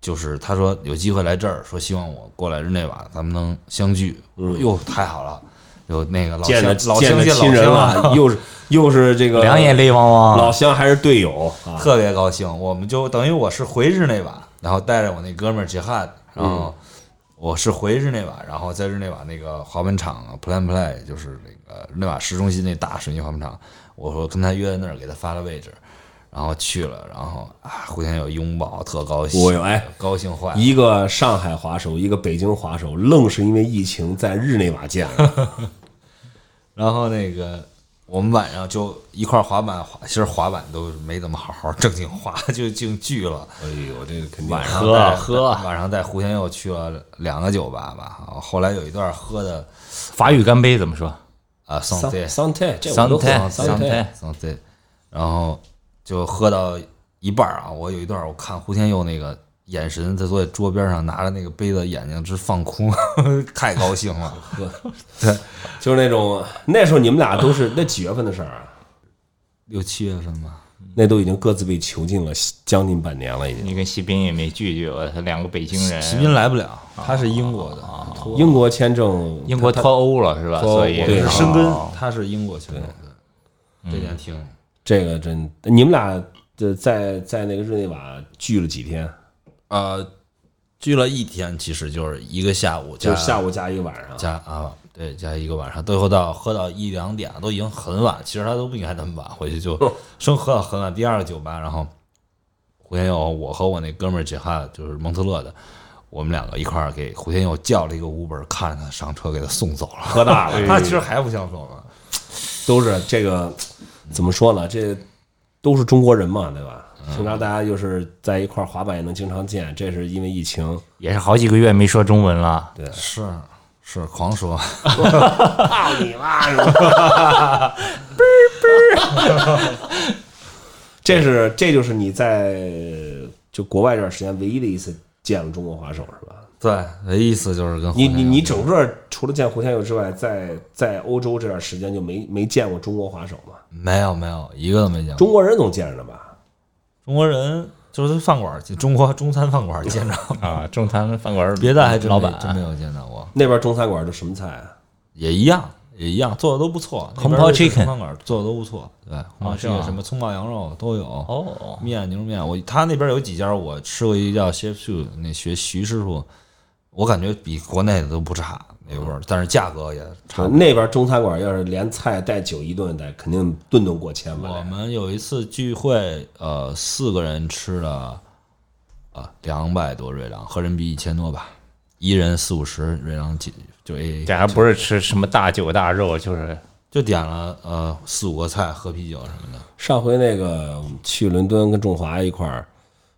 就是他说有机会来这儿，说希望我过来日内瓦，咱们能相聚，嗯，哟，太好了，有那个老
见
乡
了
老
见
乡
了
见
亲
老
人
乡啊，
了，又是又是这个
两眼泪汪汪。
老乡还是队友啊。
呃特别高兴，我们就等于我是回日内瓦，然后带着我那哥们儿杰汉，
嗯
然后我是回日内瓦，然后在日内瓦那个滑板场啊，Plan Play 就是那个日内瓦市中心那大水泥滑板场，我说跟他约在那儿，给他发了位置，然后去了，然后啊，互相有拥抱，特高
我
兴，
有哎，
高兴坏了，
一个上海滑手，一个北京滑手，愣是因为疫情在日内瓦见
[LAUGHS]
了。
然后那个我们晚上就一块儿滑板，滑其实滑板都没怎么好好正经滑，就净聚了。
哎呦，这个肯定
晚上
喝
带
喝
晚上带胡天佑去了两个酒吧吧，啊后来有一段喝的
法语干杯怎么说？
啊
桑
桑对
桑泰，这我
桑
都
泰桑
桑
泰
泰，
桑对，然后就喝到一半儿啊，我有一段我看胡天佑那个眼神，他坐在桌边上拿着那个杯子，眼睛直放空， [LAUGHS] 太高兴了。 [LAUGHS]
就是那种那时候你们俩都是那几月份的事儿啊？
六七月份吧，
那都已经各自被囚禁了将近半年了，已经。
你跟席斌也没拒绝我，他两个北京人，
席斌来不了，他是英国的，
英国签证，
英国脱欧了是吧？
脱欧
所以
我是
生
申根，他是英国球员，这点挺
这个真，你们俩这在在那个日内瓦聚了几天？
呃，聚了一天，其实就是一个下午加，
就是下午加一个晚上。
加啊，对，加一个晚上，最后到喝到一两点都已经很晚，其实他都不应该那么晚，回去就生喝到很晚。第二个酒吧，然后胡天佑，我和我那哥们儿杰哈就是蒙特勒的，我们两个一块儿给胡天佑叫了一个 Uber，看着他上车给他送走了。
喝大了，
他其实还不想走呢，
都是这个怎么说呢？这都是中国人嘛，对吧？
嗯
平常大家就是在一块儿滑板也能经常见，这是因为疫情。
也是好几个月没说中文了。
是是狂说，
这是这就是你在就国外这段时间唯一的一次见了中国滑手，是吧？
对，唯一意思就是跟胡
你
天佑
你你整个除了见胡天佑之外，在在欧洲这段时间就没没见过中国滑手嘛？
没有没有一个都没见过。
中国人总见着吧？
中国人就是饭馆儿，中国中餐饭馆儿见着，
[LAUGHS] 啊，中餐饭馆儿
别的还真
老
没
板啊
真没有见到过，
那边中餐馆都什么菜啊？
也一样，也一样，做的都不错。
红
那边
袍
瑞士
chicken 哦
餐馆做的都不错，对，红袍
是吗
chicken 什么葱爆羊肉都有，
哦，
面牛肉面，我他那边有几家我吃过一个叫 Chef Xu，那学徐师傅，我感觉比国内的都不差那味儿，但是价格也差不多。
那边中餐馆要是连菜带酒一顿带，肯定顿顿过千吧。
我们有一次聚会，呃，四个人吃了，啊，两百多瑞郎，合人民币一千多吧，一人四五十瑞郎几就 A
这
A，
还不是吃什么大酒大肉，就是
就点了呃四五个菜，喝啤酒什么的。
上回那个去伦敦跟仲华一块儿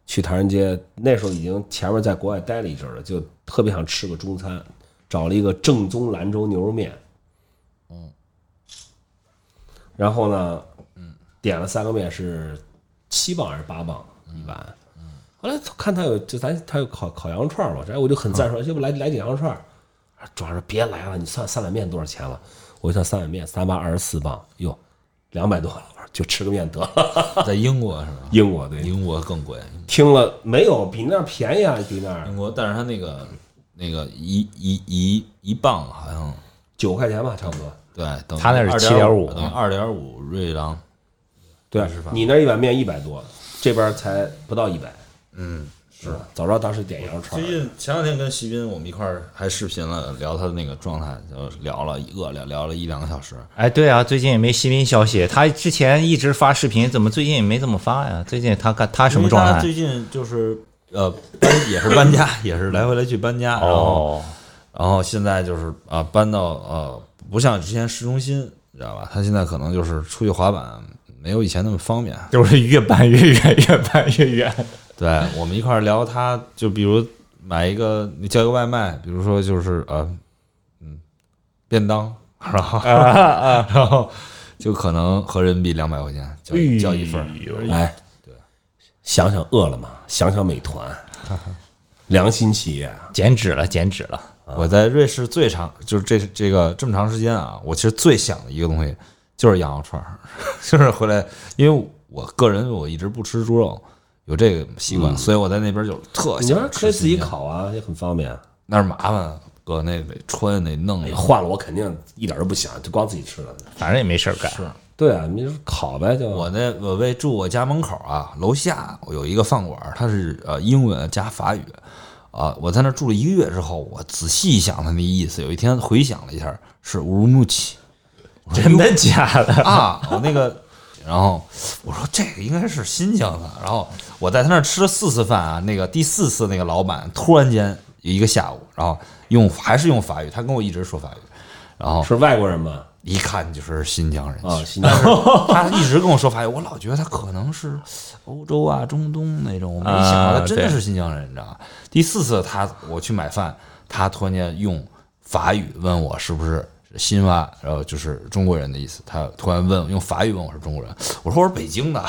去唐人街，那时候已经前面在国外待了一阵儿了，就特别想吃个中餐，找了一个正宗兰州牛肉面，嗯，然后呢，点了三个面是七磅还是八磅一碗，嗯，后来看他有就咱他有烤烤羊肉串儿嘛，然后我就很赞说，要不来来几羊肉串儿，主要是别来了，你算三碗面多少钱了？我就算三碗面三八二十四磅，哟，两百多了，我说就吃个面得了。
在英国是吧？
英国对，
英国更贵，
听了没有？比那儿便宜啊，比那儿
英国，但是他那个那个一一一一磅好像。
九块钱吧，差不多。
对，等于
他那是7.5
等于二点五瑞郎。
对
是吧，
你那儿一碗面一百多，这边儿才不到一百。嗯，是。早知道当时点羊肉串
最
儿，
近前两天跟徐斌我们一块儿还视频了，聊他的那个状态，就聊了饿了聊了一两个小时。
哎，对啊，最近也没新闻消息。他之前一直发视频，怎么最近也没怎么发呀？最近他干他什么状
因为他
态
最？近就是 [COUGHS] 呃搬也是搬家，也是来回来去搬家，然后、
哦，
然后现在就是啊、搬到呃不像之前市中心，你知道吧？他现在可能就是出去滑板没有以前那么方便，
就是越搬越远，越搬越远。 [LAUGHS]
对我们一块儿聊他，就比如买一个，你叫一个外卖，比如说就是呃，嗯，便当， [LAUGHS] 然后、
啊
[LAUGHS] 然后就可能合人民币两百块钱叫一叫一份儿，
哎，对，想想饿了么，想想美团，良心企业啊。
减脂了，减脂了。
嗯
我在瑞士最长就是这这个这么长时间啊，我其实最想的一个东西就是羊肉串儿， [LAUGHS] 就是回来，因为我个人我一直不吃猪肉，有这个习惯，所以我在那边就特
嗯你要是
想
可以
吃
自己
新疆，
烤啊，也很方便。
那儿麻烦，搁那得穿得弄
哎，换了我肯定一点儿都不想，就光自己吃了。
反正也没事儿干，
对啊，你就烤呗，就
我那我为住我家门口啊，楼下有一个饭馆，它是呃英文加法语，啊、我在那住了一个月之后，我仔细想它那意思，有一天回想了一下，是乌鲁木齐
真的假的？
啊， [LAUGHS] 我那个，然后我说这个应该是新疆的，然后我在他那儿吃了四次饭啊，那个第四次那个老板突然间有一个下午，然后用还是用法语，他跟我一直说法语，然后
是外国人嘛
一看就是新疆人
啊，新疆 [LAUGHS] 人
[LAUGHS] 他一直跟我说法语，我老觉得他可能是欧洲啊、中东那种，我没想
啊
到他真的
对
是新疆人，你知道吗？第四次他我去买饭，他突然间用法语问我是不是新蛙，然后就是中国人的意思。他突然问用法语问我是中国人，我说我是北京的。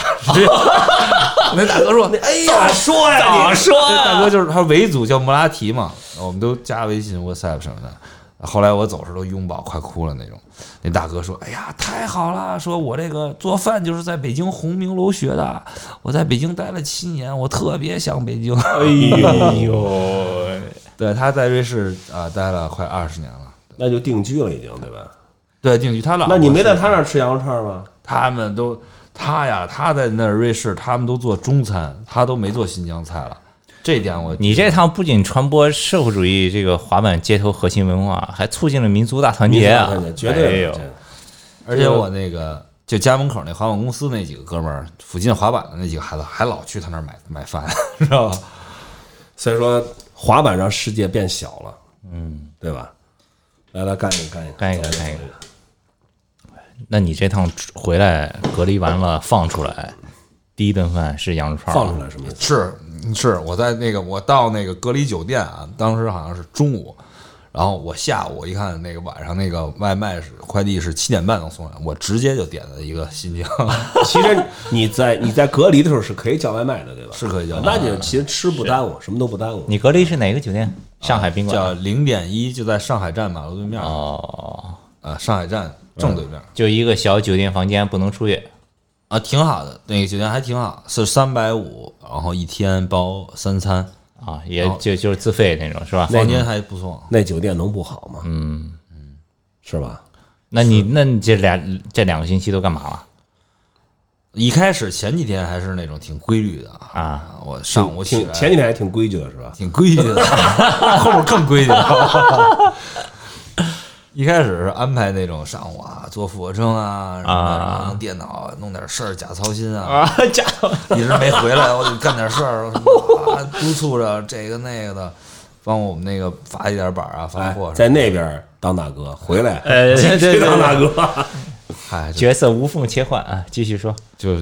[LAUGHS] 那大哥说：“哎呀，说呀，早说、大哥就是他维族叫穆拉提嘛，我们都加微信、WhatsApp 什么的。后来我走时都拥抱快哭了那种。那大哥说：“哎呀，太好了！说我这个做饭就是在北京鸿明楼学的，我在北京待了七年，我特别想北京。 [LAUGHS]
哎呦，
对，他在瑞士啊、待了快二十年了。
那就定居了，已经对吧？
对，定居他
啊
老
那你没在
他
他那儿吃羊肉串吗？
他们都他呀，他在那儿瑞士，他们都做中餐，他都没做新疆菜了。这一点我
你这趟不仅传播社会主义这个滑板街头核心文化，还促进了民族大团结啊！
民族大团结绝对的
哎呦
真的
而且我那个就家门口那滑板公司那几个哥们儿，附近滑板的那几个孩子，还老去他那儿买买饭，知道吧？
所以说，滑板让世界变小了，嗯，对吧？来来，干一个，干一个，
干一个
走
干一个。那你这趟回来隔离完了放出来，第一顿饭是羊肉串儿
放出来什么意思？
[LAUGHS] 是嗯是，我在那个我到那个隔离酒店啊，当时好像是中午，然后我下午一看那个晚上那个外卖是快递是七点半能送来，我直接就点了一个新疆， [LAUGHS]
其实你在你在隔离的时候是可以叫外卖的，对吧？
是可以叫外卖
那
的
你其实吃不耽误，什么都不耽误。
你隔离是哪个酒
啊
店？上海宾
[LAUGHS] 叫
馆。
零点一，就在上海站马路对面啊、
哦，
呃上海站正对面。
就一个小酒店房间，不能出去。
嗯啊，挺好的，那个酒店还挺好，是三百五，然后一天包三餐，
啊，也
哦
就就是自费那种是吧？
房间还不错。
那酒店能不好吗？嗯嗯，是吧？
那你那你这俩这两个星期都干嘛了？
一开始前几天还是那种挺规律的啊，
啊，
我上午起
挺
来
前几天还挺规矩的是吧？
挺规矩的，后面更规矩了。 [LAUGHS] 一开始是安排那种上午啊，做俯卧撑啊，然后
啊
用电脑弄点事儿，假操心
[LAUGHS]
啊，
啊，家伙，
一直没回来，我得干点事儿，我说啊督促着这个那个的，帮我们那个发一点板儿啊，发
哎
货，什
在
么的。
那边当大哥，回来
呃，对对
去当
对，
大哥。
嗨，哎就
角色无缝切换啊，继续说
就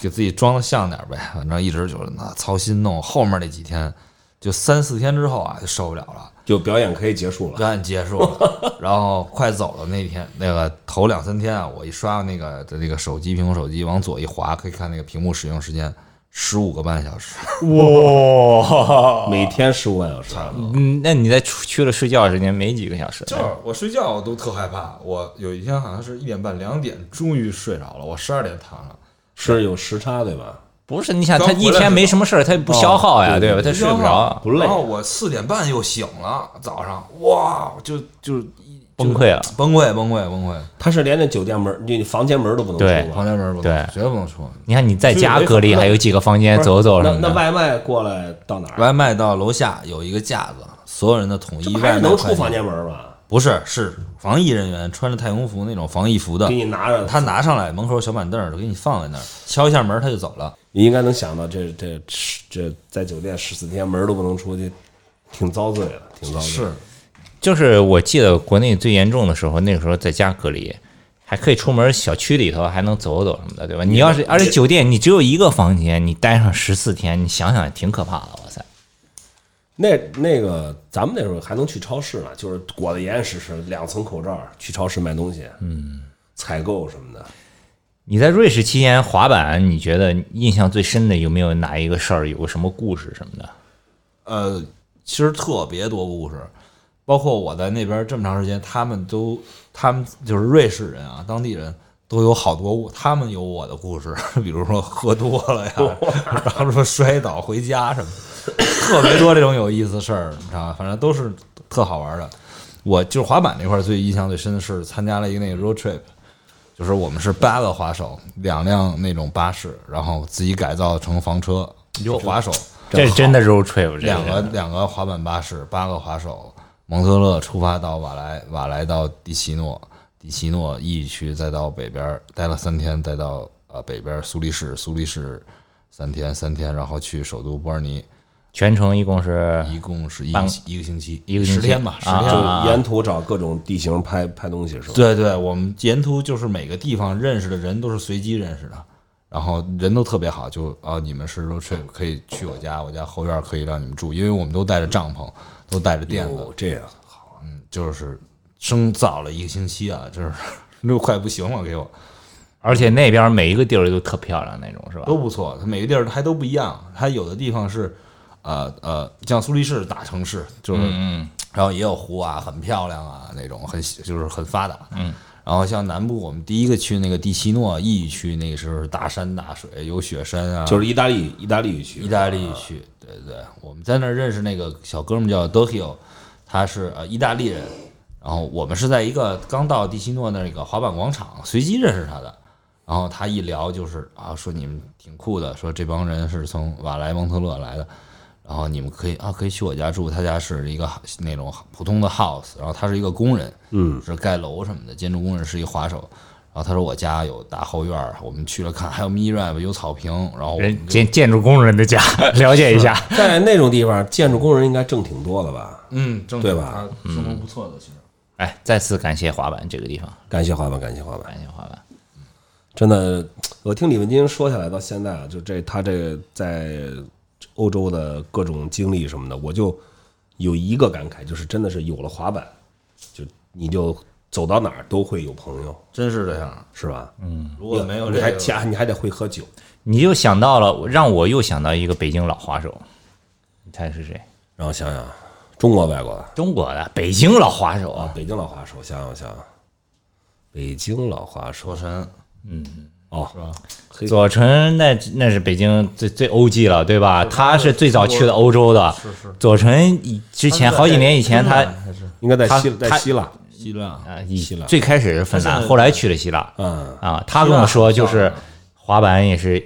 给自己装的像点儿呗，反正一直就是那操心弄。后面那几天，就三四天之后啊，就受不了了。
[LAUGHS] 就表演可以结束了，
表演结束 [LAUGHS] 了，然后快走了那天，那个头两三天啊，我一刷那个那个手机，苹果手机往左一滑，可以看那个屏幕使用时间十五个半小时，
哇，
每天十五万小时，啊
嗯，那你在出去了睡觉时间没几个小时，
就是我睡觉我都特害怕，我有一天好像是一点半两点终于睡着了，我十二点躺上，
是有时差对吧？
不是？你想他
刚回来
一天没什么事儿，他也不消耗呀，
哦
对吧？
对
他睡
啊
不着，
不累
然后我四点半又醒了，早上哇，哦就就一
崩溃了。
崩溃崩溃崩溃，
他是连那酒店门、你房间门都不能
对
出啊吧
房间门不能
对
绝对不能出，
你看你在家隔离，还有几个房间
不是
走走什
那
么
那
的，
外卖过来到哪儿？啊
外卖到楼下有一个架子，所有人的统一
这不还
外
是
卖
能
快
出
递
房间门吧？
不是，是防疫人员穿着太空服那种防疫服的
给，你拿着，
他拿上来门口有小板凳儿就给你放在那儿，敲一下门儿他就走了。
你应该能想到这这这在酒店十四天门都不能出去，挺遭罪的，挺遭罪。，
就是我记得国内最严重的时候，那个时候在家隔离，还可以出门小区里头还能走走什么的，对吧？你要是而且酒店你只有一个房间，你待上十四天，你想想也挺可怕的，哇塞！
那那个咱们那时候还能去超市呢，就是裹得严严实实，两层口罩去超市买东西，嗯，采购什么的。
你在瑞士期间滑板，你觉得印象最深的有没有哪一个事儿，有个什么故事什么的？
呃，其实特别多故事，包括我在那边这么长时间，他们都他们就是瑞士人啊，当地人都有好多他们有我的故事， [LAUGHS] 比如说喝多了呀，然后说摔倒回家什么的，特别多这种有意思的事儿，你知道吧？反正都是特好玩的。我就是滑板那块儿最印象最深的是参加了一个那个 road trip，就是我们是八个滑手，两辆那种巴士，然后自己改造成房车，有滑手，
这是真的 road trip，这
两
是
个两个滑板巴士，八个滑手，蒙特勒出发到瓦莱，瓦莱到迪奇诺，迪奇诺 E 区，再到北边儿待了三天，再到呃北边儿苏黎世，苏黎世三天三天，然后去首都伯尔尼，
全程一共是
一共是一
半
个
个
星一个星期，
一个星期
十天吧，十
啊
天
就
吧。
沿途找各种地形拍拍东西是吧？
对对，我们沿途就是每个地方认识的人都是随机认识的，然后人都特别好，就啊，你们是 road trip 可以去我家，我家后院可以让你们住，因为我们都带着帐篷，都带着垫子啊
哦，，这样
就是生早了一个星期啊， [LAUGHS] 就是都快不行了，给我
而且那边每一个地儿都特漂亮那种，是吧？
都不错。它每个地儿还都不一样，它有的地方是，呃呃，像苏黎世大城市，就是，嗯、然后也有湖啊，很漂亮啊，那种很就是很发达，嗯。然后像南部，我们第一个去那个蒂奇诺 E 区，那个时候是大山大水，有雪山啊，
就是意大利意大利语区，
意大利去，啊对对，我们在那儿认识那个小哥们叫 d o k i o 他是呃意大利人，然后我们是在一个刚到蒂西诺那个滑板广场随机认识他的，然后他一聊就是啊说你们挺酷的，说这帮人是从瓦莱蒙特勒来的，然后你们可以啊可以去我家住，他家是一个那种普通的 house，然后他是一个工人，嗯，是盖楼什么的，建筑工人是一滑手。然后他说我家有大后院儿，我们去了看，还有 mini ramp 有草坪，然后我们
人建建筑工人的 [LAUGHS] 家，了解一下。
在那种地方，建筑工人应该挣挺多的吧？
嗯，正
对吧？
生活不错的，其实。
哎，再次感谢滑板这个地方，
感谢滑板，感谢滑板，
感谢滑板。
真的，我听李文金说下来到现在啊，就这他这个在欧洲的各种经历什么的，我就有一个感慨，就是真的是有了滑板，就你就走到哪儿都会有朋友，
真是这样。
是吧？嗯，
如果没有
你
这
还
个，
加你还得会喝酒，
你就想到了，让我又想到一个北京老滑手，你猜是谁？
然后想想中国外国的
中国的北京老滑手
啊
啊，，
北京老滑手，想想想想，北京老滑手
左晨
哦，对
左晨那那是北京最最欧 G 了，对吧？他是最早去的欧洲的。
是是
左晨以之前好几年以前，他
还是
应该在
他
希在
他
希腊，
希腊，
啊，以
希腊
最开始是芬兰，
现在
后来去了希腊
嗯，
啊。他跟我说，就是滑板也是，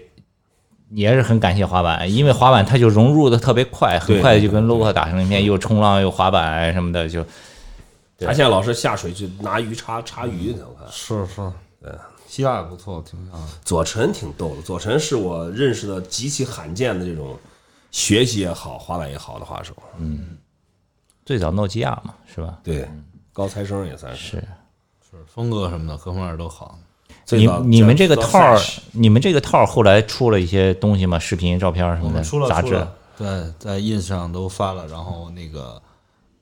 也是很感谢滑板，因为滑板它就融入的特别快，很
对
快就跟 local 打成一片，又冲浪又滑板什么的，就
他现在老是下水去拿鱼叉叉
嗯
鱼，你看。
是是，对，希腊也不错，挺漂亮的。
左晨挺逗的，左晨是我认识的极其罕见的这种学习也好、滑板也好的滑手。
最早诺基亚嘛，是吧？
对，高材生也算是。
是
是风格什么的，各方面都好。
最
你
早
你们这个
叫
套儿
Flash，
你们这个套儿后来出了一些东西吗？视频、照片什
我
么的，
们出了
杂
出
志
了对，在 ins 上都发了，然后那个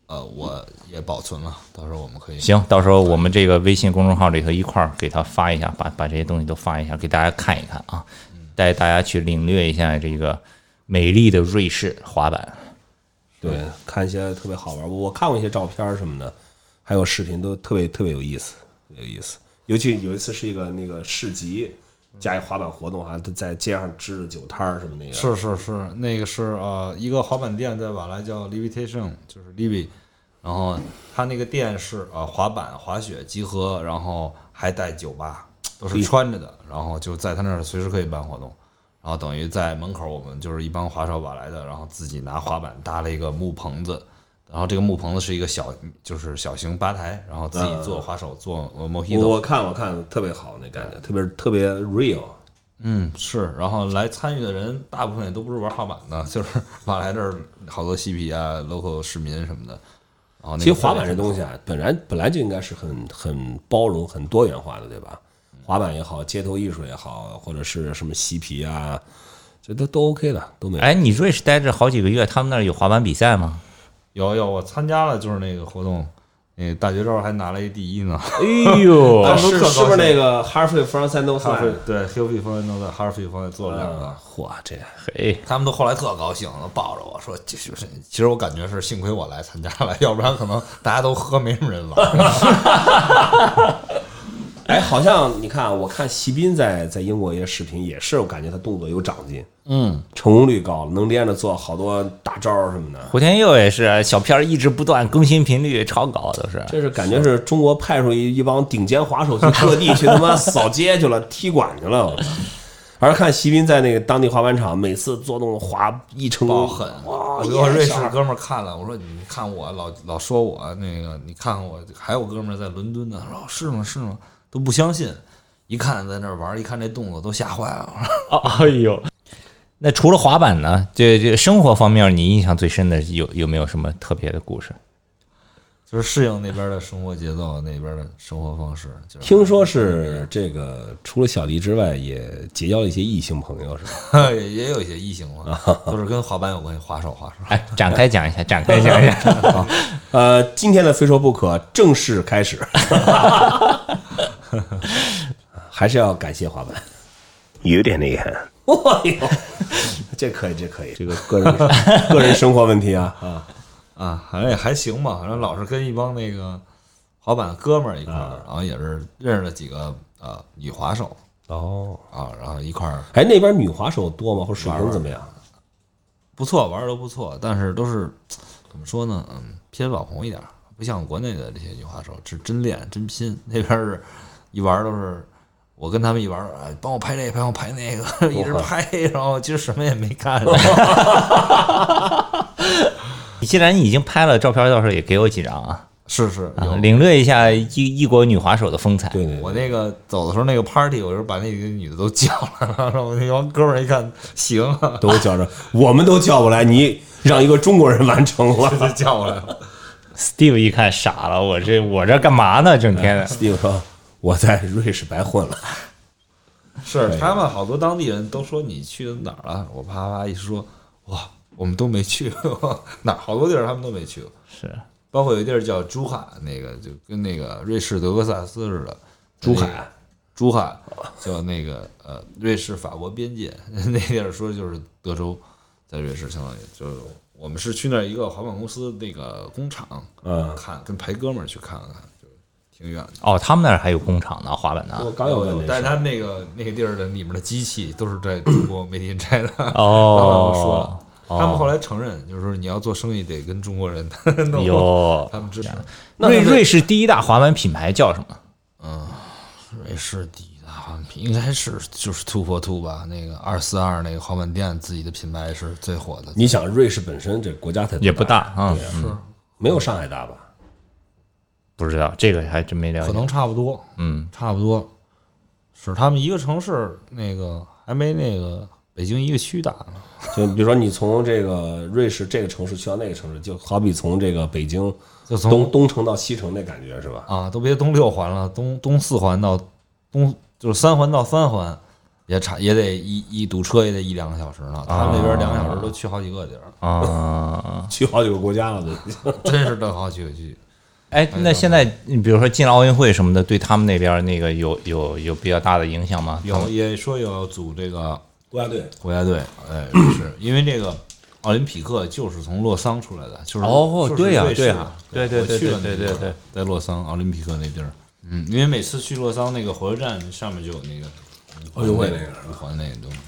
呃，我也保存了，到时候我们可以
行，到时候我们这个微信公众号里头一块儿给他发一下，把把这些东西都发一下，给大家看一看啊，带大家去领略一下这个美丽的瑞士滑板。
对，
嗯
看一些特别好玩。我看过一些照片儿什么的，还有视频，都特别特别有意思，有意思。尤其有一次是一个那个市集，加一滑板活动，还在街上支着酒摊儿什么那个。
是是是，那个是呃一个滑板店在瓦莱叫 Levitation，就是 Levi，然后它那个店是呃滑板、滑雪集合，然后还带酒吧，都是穿着的，然后就在他那儿随时可以办活动。然后等于在门口，我们就是一帮滑手瓦莱的，然后自己拿滑板搭了一个木棚子，然后这个木棚子是一个小，就是小型吧台，然后自己做滑手做呃 mojito，
我我看我看特别好那感觉，特别特别 real。
嗯，是，然后来参与的人大部分也都不是玩滑板的，就是 [LAUGHS] 马来这儿好多嬉皮啊、local 市民什么的。然后那
其
个
实滑板这
氛围
东西啊，本来本来就应该是很很包容、很多元化的，对吧？滑板也好，街头艺术也好，或者是什么嬉皮啊，这都都 OK 的，都没有。
哎，你瑞士待着好几个月，他们那儿有滑板比赛吗？
有有，我参加了，就是那个活动，那个大绝招还拿了一第一呢。
哎呦，
啊
当
是
时特高
是不是
兴
那个哈尔费弗朗塞诺
哈
萨
尔？费对 h i l l 方面都在哈尔费方面做了两个，
啊，嚯，这
嘿，
嗯
他们都后来特高兴，都抱着我说，就是其实我感觉是幸亏我来参加了，要不然可能大家都喝，没什么人玩。
[LAUGHS] 哎，好像你看，我看席斌在在英国一些视频，也是我感觉他动作有长进，
嗯，
成功率高了，能连着做好多大招儿什么的。
胡天佑也是，啊小片儿一直不断，更新频率超高，都是。
这是感觉是中国派出一一帮顶尖滑手去各地去他 [LAUGHS] 妈扫街去了，踢馆去了。我操！而看席斌在那个当地滑板场，每次做动滑一成
爆
功，
狠！
哇！
我给我瑞士
一下
哥们儿看了，我说你看我老老说我那个，你看看我，还有哥们儿在伦敦呢，说是吗是吗，都不相信，一看在那儿玩儿，一看这动作都吓坏了。 [LAUGHS] 我说
哦，哎呦，那除了滑板呢？这这生活方面，你印象最深的有有没有什么特别的故事？
就是适应那边的生活节奏，那边的生活方式。就是
听说是这个除了小迪之外，也结交了一些异性朋友，是吧？
[LAUGHS] 也也有一些异性嘛，都是跟滑板有关系，滑手滑手。 [LAUGHS]
哎，展开讲一 [LAUGHS] 下，展开讲一下。
呃，今天的非说不可正式开始， [LAUGHS] 还是要感谢滑板。
有点内
[LAUGHS]
涵。
哎呦，这可以，这可以，这个个 [LAUGHS] 人个人生活问题啊啊！
啊，反正也还行吧，反正老是跟一帮那个滑板哥们儿一块儿，然后也是认识了几个呃女滑手
哦，
啊，然后一块儿
哎，那边女滑手多吗？或者水平怎么样？
不错，玩的都不错，但是都是怎么说呢？嗯，偏网红一点儿，不像国内的这些女滑手，是真练真拼。那边儿是一玩儿都是我跟他们一玩儿，哎，帮我拍这个，帮我拍那个， [LAUGHS] 一直拍，然后其实什么也没干。
你既然你已经拍了照片，到时候也给我几张啊，
[LAUGHS] 是是，
啊
有
领略一下异异国女滑手的风采。
对对对
我那个走的时候，那个 party，我就把那几个女的都叫来了，然后那帮哥们儿一看，行啊， [LAUGHS]
都叫着，我们都叫不来，你让一个中国人完成
就
了。
就叫过来了。
Steve 一看傻了，我这我这干嘛呢？整天的。
Steve 说：“我在瑞士白混了。
是他们好多当地人都说你去哪儿了，我啪啪一说，哇，我们都没去 [LAUGHS] 过，哪儿好多地儿他们都没去过，
是
包括有一地儿叫珠海，那个就跟那个瑞士德克萨斯似的，”
珠海，
珠海叫那个呃瑞士法国边界 [LAUGHS] 那地儿说就是德州，在瑞士相当于就是我们是去那儿一个滑板公司那个工厂
嗯，
看，跟陪哥们儿去看看，就挺远的。
哦，他们那儿还有工厂呢，滑板
我
呢。
刚要问
但
这事，
是他那个那个地儿的里面的机器都是在中国 made in China。
哦，
说了
哦
[LAUGHS] 他们后来承认，就是说你要做生意得跟中国人 [LAUGHS]
哎
弄。
哟，
他们支持
那
瑞
他们
瑞士第一大滑板品牌叫什么？
瑞士第一大滑板啊品，应该是就是突破兔吧？那个二四二那个滑板店自己的品牌是最火的。
你想，瑞士本身这国家才
也不大，啊，嗯
是
没有上海大吧？
不知道这个还真没了
可
解。
能差不多，
哎嗯，
差不多是他们一个城市那个还没那个北京一个区大呢。
就比如说，你从这个瑞士这个城市去到那个城市，就好比从这个北京
就从
东东城到西城那感觉是吧？
啊，都别东六环了，东东四环到东就是三环到三环，也差也得一一堵车也得一两个小时呢。他们那边两个小时都去好几个地儿，
啊，
去好几个国家了都。
真是都好几个区。
哎，那现在你比如说进了奥运会什么的，对他们那边那个有有有比较大的影响吗？他
有
们
也说有组这个
国家队，
国家队，哎，是
[CLEARS THROAT]
因为这个奥林匹克就是从洛桑出来的，就是
哦
就是
对呀
瑞士
对呀对对
我
对
去了
对
那
对
地
对
儿在洛桑奥林匹克那地儿，嗯，因为每次去洛桑那个火车站上面就有那个
哦
奥运会那个
五环那个东西。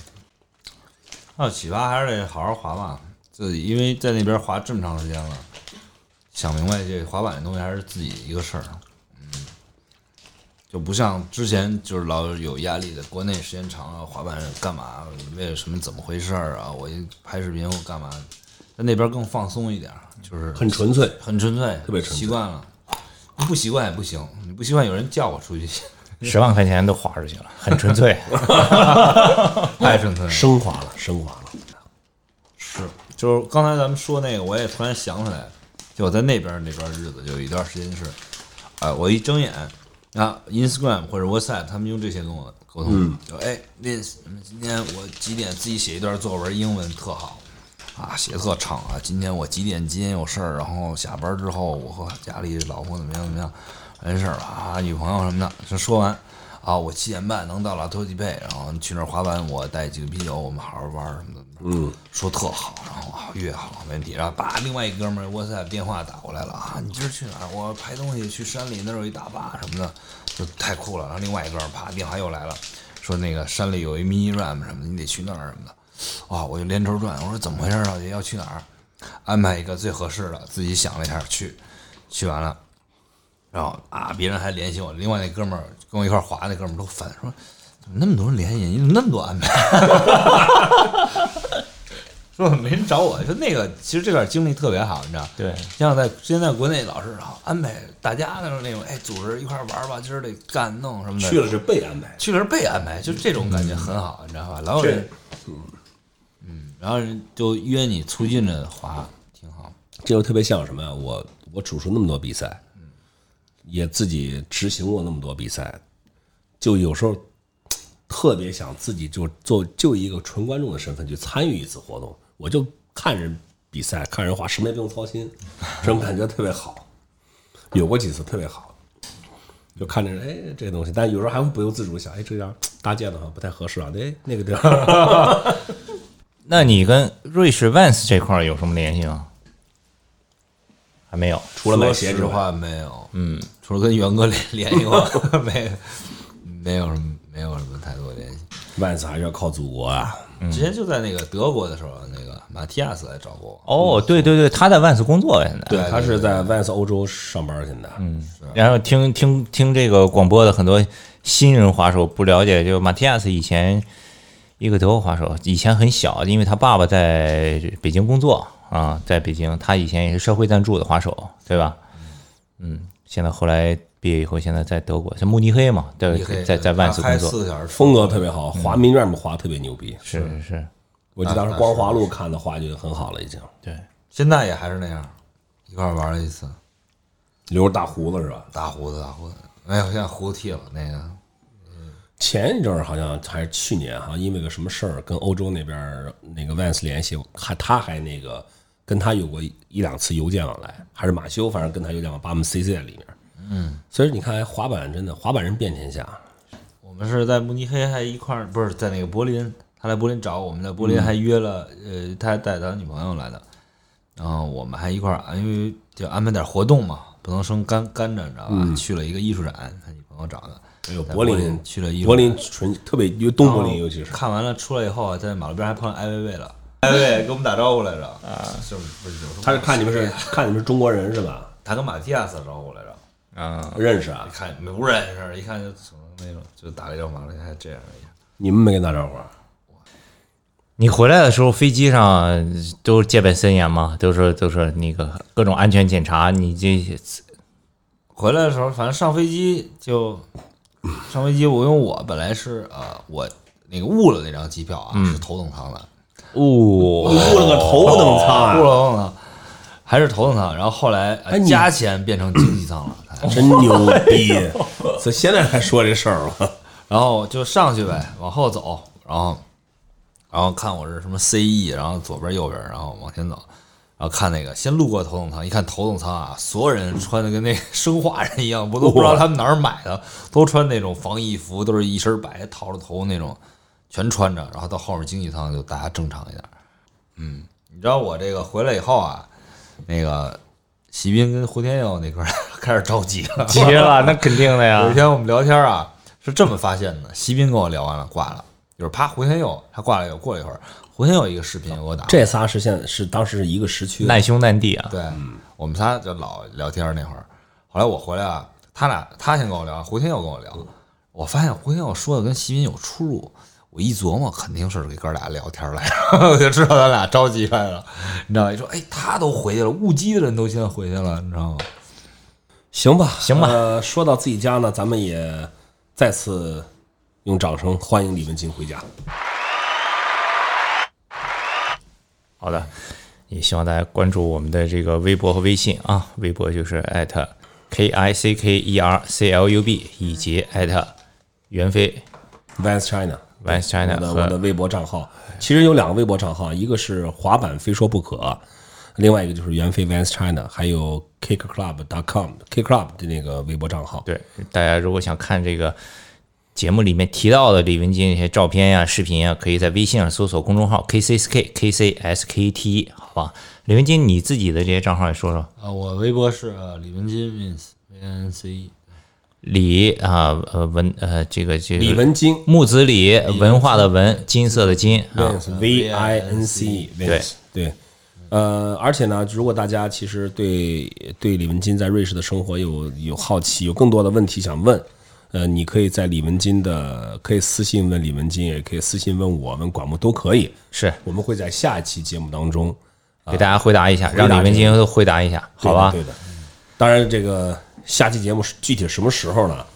还有启发还是得好好滑吧，自己因为在那边滑这么长时间了，想明白这滑板这东西还是自己一个事儿，嗯，就不像之前就是老有压力的，国内时间长了，滑板干嘛？为了什么？怎么回事儿啊？我一拍视频我干嘛？在那边更放松一点儿，就是
很纯粹。
很纯粹，
特别纯粹
习惯了。你不习惯也不行，你不习惯有人叫我
[LAUGHS]
出去，
十万块钱都花出去了，很纯粹。
太纯粹了。
升华了，升华了。
是，就是刚才咱们说那个，我也突然想起来，就我在那边儿那边儿日子，有一段时间是，啊、我一睁眼啊，Instagram 或者 WhatsApp，他们用这些跟我沟通，就哎，Liz，你们今天我几点自己写一段作文，英文特好。啊，写特长啊！今天我几点几点有事儿，然后下班之后我和家里老婆怎么样怎么样，完事儿了啊，女朋友什么的，就说完啊，我七点半能到拉托吉贝，然后去那儿滑板，我带几个啤酒，我们好好玩儿什么的。嗯，说特好，然后啊越好没问题。然后把另外一哥们儿 WhatsApp 电话打过来了啊，你今儿去哪儿？我拍东西去山里那儿有一大坝什么的，就太酷了。然后另外一哥们儿啪电话又来了，说那个山里有一 mini ramp 什么的，你得去那儿什么的。啊，我就连轴转，我说怎么回事啊？要去哪儿？安排一个最合适的，自己想了一下去，去完了，然后啊，别人还联系我，另外那哥们儿跟我一块儿滑那哥们儿都烦，说怎么那么多人联系你，你怎么那么多安排？ [LAUGHS] 说没人找我，说那个其实这段经历特别好，你知道？
对
像在之前在国内老是啊安排大家的那种，哎，组织一块儿玩儿吧，今儿得干弄什么的。
去了是嗯被安排，
去了是被安排，就这种感觉很好，你知道吧？老有
这
人，嗯，然后人就约你促进着滑，挺好。
这就特别像什么呀？我我主持那么多比赛，也自己执行过那么多比赛，就有时候特别想自己就做就一个纯观众的身份去参与一次活动，我就看人比赛，看人滑，什么也不用操心，这种感觉特别好。有过几次特别好，就看着哎这东西，但有时候还会不由自主想，哎这样搭建的话不太合适啊，哎那个 [LAUGHS] 地方。
那你跟瑞士 Vans 这块儿有什么联系吗？还没有。
除了买鞋之
说实
外，
话没有，嗯，除了跟元哥联联系过，没没有什么没有什么太多联系。
万斯还是要靠祖国啊。
之前就在那个德国的时候，那个马蒂亚斯来找过我，
哦，对对对，他在 Vans 工作啊现在。
对，他是在 Vans 欧洲上班，现在，嗯，
然后听听听这个广播的很多新人滑手不了解，就马蒂亚斯以前一个德国滑手，以前很小，因为他爸爸在北京工作啊，在北京，他以前也是社会赞助的滑手，对吧？嗯，现在后来毕业以后，现在在德国，在慕尼黑嘛，对
一黑，
在在万斯
开
工
四
作，
个小时，
风格特别好，滑民 rap 滑特别牛逼。
是是是，
我记得当时光华路看的滑就很好了，已经
对，
现在也还是那样，一块儿玩了一次，
留着大胡子是吧？
大胡子大胡子，没有，现在胡子剃了，那个
前一阵儿好像还是去年哈，因为个什么事儿跟欧洲那边儿那个 Vans 联系，还他还那个跟他有过一一两次邮件往来，还是马修，反正跟他邮件往来把我们 CC 在里面。嗯，所以你看，滑板真的，滑板人遍天下。
我们是在慕尼黑还一块儿，不是在那个柏林，他来柏林找我们，在柏林还约了，呃，他还带他女朋友来的，然后我们还一块儿，因为就安排点活动嘛，不能生干干着，你知道吧？去了一个艺术展，他女朋友找的，
哎呦，
在
柏林
去了艺术
柏林纯特别，因为东柏林尤其是
看完了出来以后啊，在马路边还碰上艾薇薇了，啊排 [LAUGHS] 位给我们打招呼来着，就是不是有时候
他是看你们是看你们是中国人是吧？
他跟马蒂亚斯打招呼来着，
啊，
认识啊
一？看没不认识，一看就可能那种就打了一张麻将，还这样一样。
你们没跟他打招呼啊？
你回来的时候飞机上都戒备森严吗？都是都是那个各种安全检查，你这
回来的时候，反正上飞机就上飞机，我因为我本来是啊、呃我那个误了那张机票啊，是头等舱的，哦
哦，
你雇了个嗯头等舱 [LAUGHS] 啊，
误了忘了，还是头等舱。然后后来、呃
哎你
加钱变成经济舱了，哎
真牛逼！这现在还说这事儿吗？
然后就上去呗，往后走，然后然后看我是什么 CE，然后左边右边，然后往前走。然后看那个，先路过头等舱，一看头等舱啊，所有人穿的跟那个生化人一样，我都不知道他们哪儿买的，都穿那种防疫服，都是一身白套着头那种，全穿着。然后到后面经济舱就大家正常一点。嗯，你知道我这个回来以后啊，那个席斌跟胡天佑那块儿 [LAUGHS] 开始着急了，
急了，那肯定的
有一
呀。
天我们聊天啊，是这么发现的：席斌跟我聊完了，挂了，就是啪，胡天佑他挂了以后，过了一会儿，胡天佑一个视频给我打，
这仨是现是当时是一个时区的，
难兄难弟啊，
对，我们仨就老聊天那会儿。后来我回来啊，他俩他先跟我聊，胡天佑跟我聊，我发现胡天佑说的跟席斌有出入。我一琢磨，肯定是给哥俩聊天来着， [LAUGHS] 我就知道咱俩着急来了，你知道吗？一说，哎，他都回去了，误机的人都先回去了，你知道吗？
行吧，
行吧
呃，说到自己家呢，咱们也再次用掌声欢迎李文金回家。
好的，也希望大家关注我们的这个微博和微信啊，微博就是艾特 K I C K E R C L U B，以及艾特袁飞
Vans China，
Vice
我
China 呃
的嗯我的
和
微博账号，其实有两个微博账号，一个是滑板非说不可，另外一个就是袁飞 Vans China，还有 Kick Club.com，Kick Club 的那个微博账号。
对大家如果想看这个。节目里面提到的李文金那些照片呀、视频呀，可以在微信上搜索公众号 KCSK KCSKT，好 E，吧？李文金，你自己的这些账号也说说。
啊，我微博是呃李文金 Vince V N C E，
李啊呃文呃这个这个
李文金
木子李文化的文金色的金啊，
Vans 呃 V I N C Vans 对，呃，而且呢，如果大家其实对对李文金在瑞士的生活有有好奇，有更多的问题想问，呃，你可以在李文金的可以私信问李文金，也可以私信问我问管木都可以，
是
我们会在下一期节目当中，
给大家回答一下，
答
让李文金回答一下，
对
好
的
吧？
对的，当然这个下期节目是具体什么时候呢？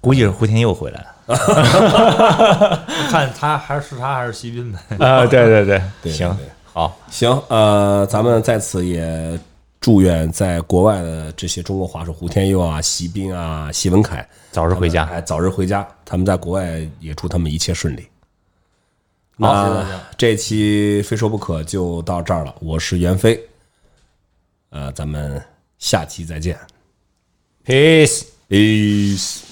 估计是胡天佑回来了
看他还是他还是席斌呗。
啊，对对对，[LAUGHS]
对
行
对
好，
行，呃，咱们在此也祝愿在国外的这些中国滑手胡天佑啊、席斌啊、席文凯
早日回家，
哎早日回家。他们在国外也祝他们一切顺利。
谢谢大
那
家
这期非说不可就到这儿了，我是袁飞，呃，咱们下期再见
，peace。
，peace。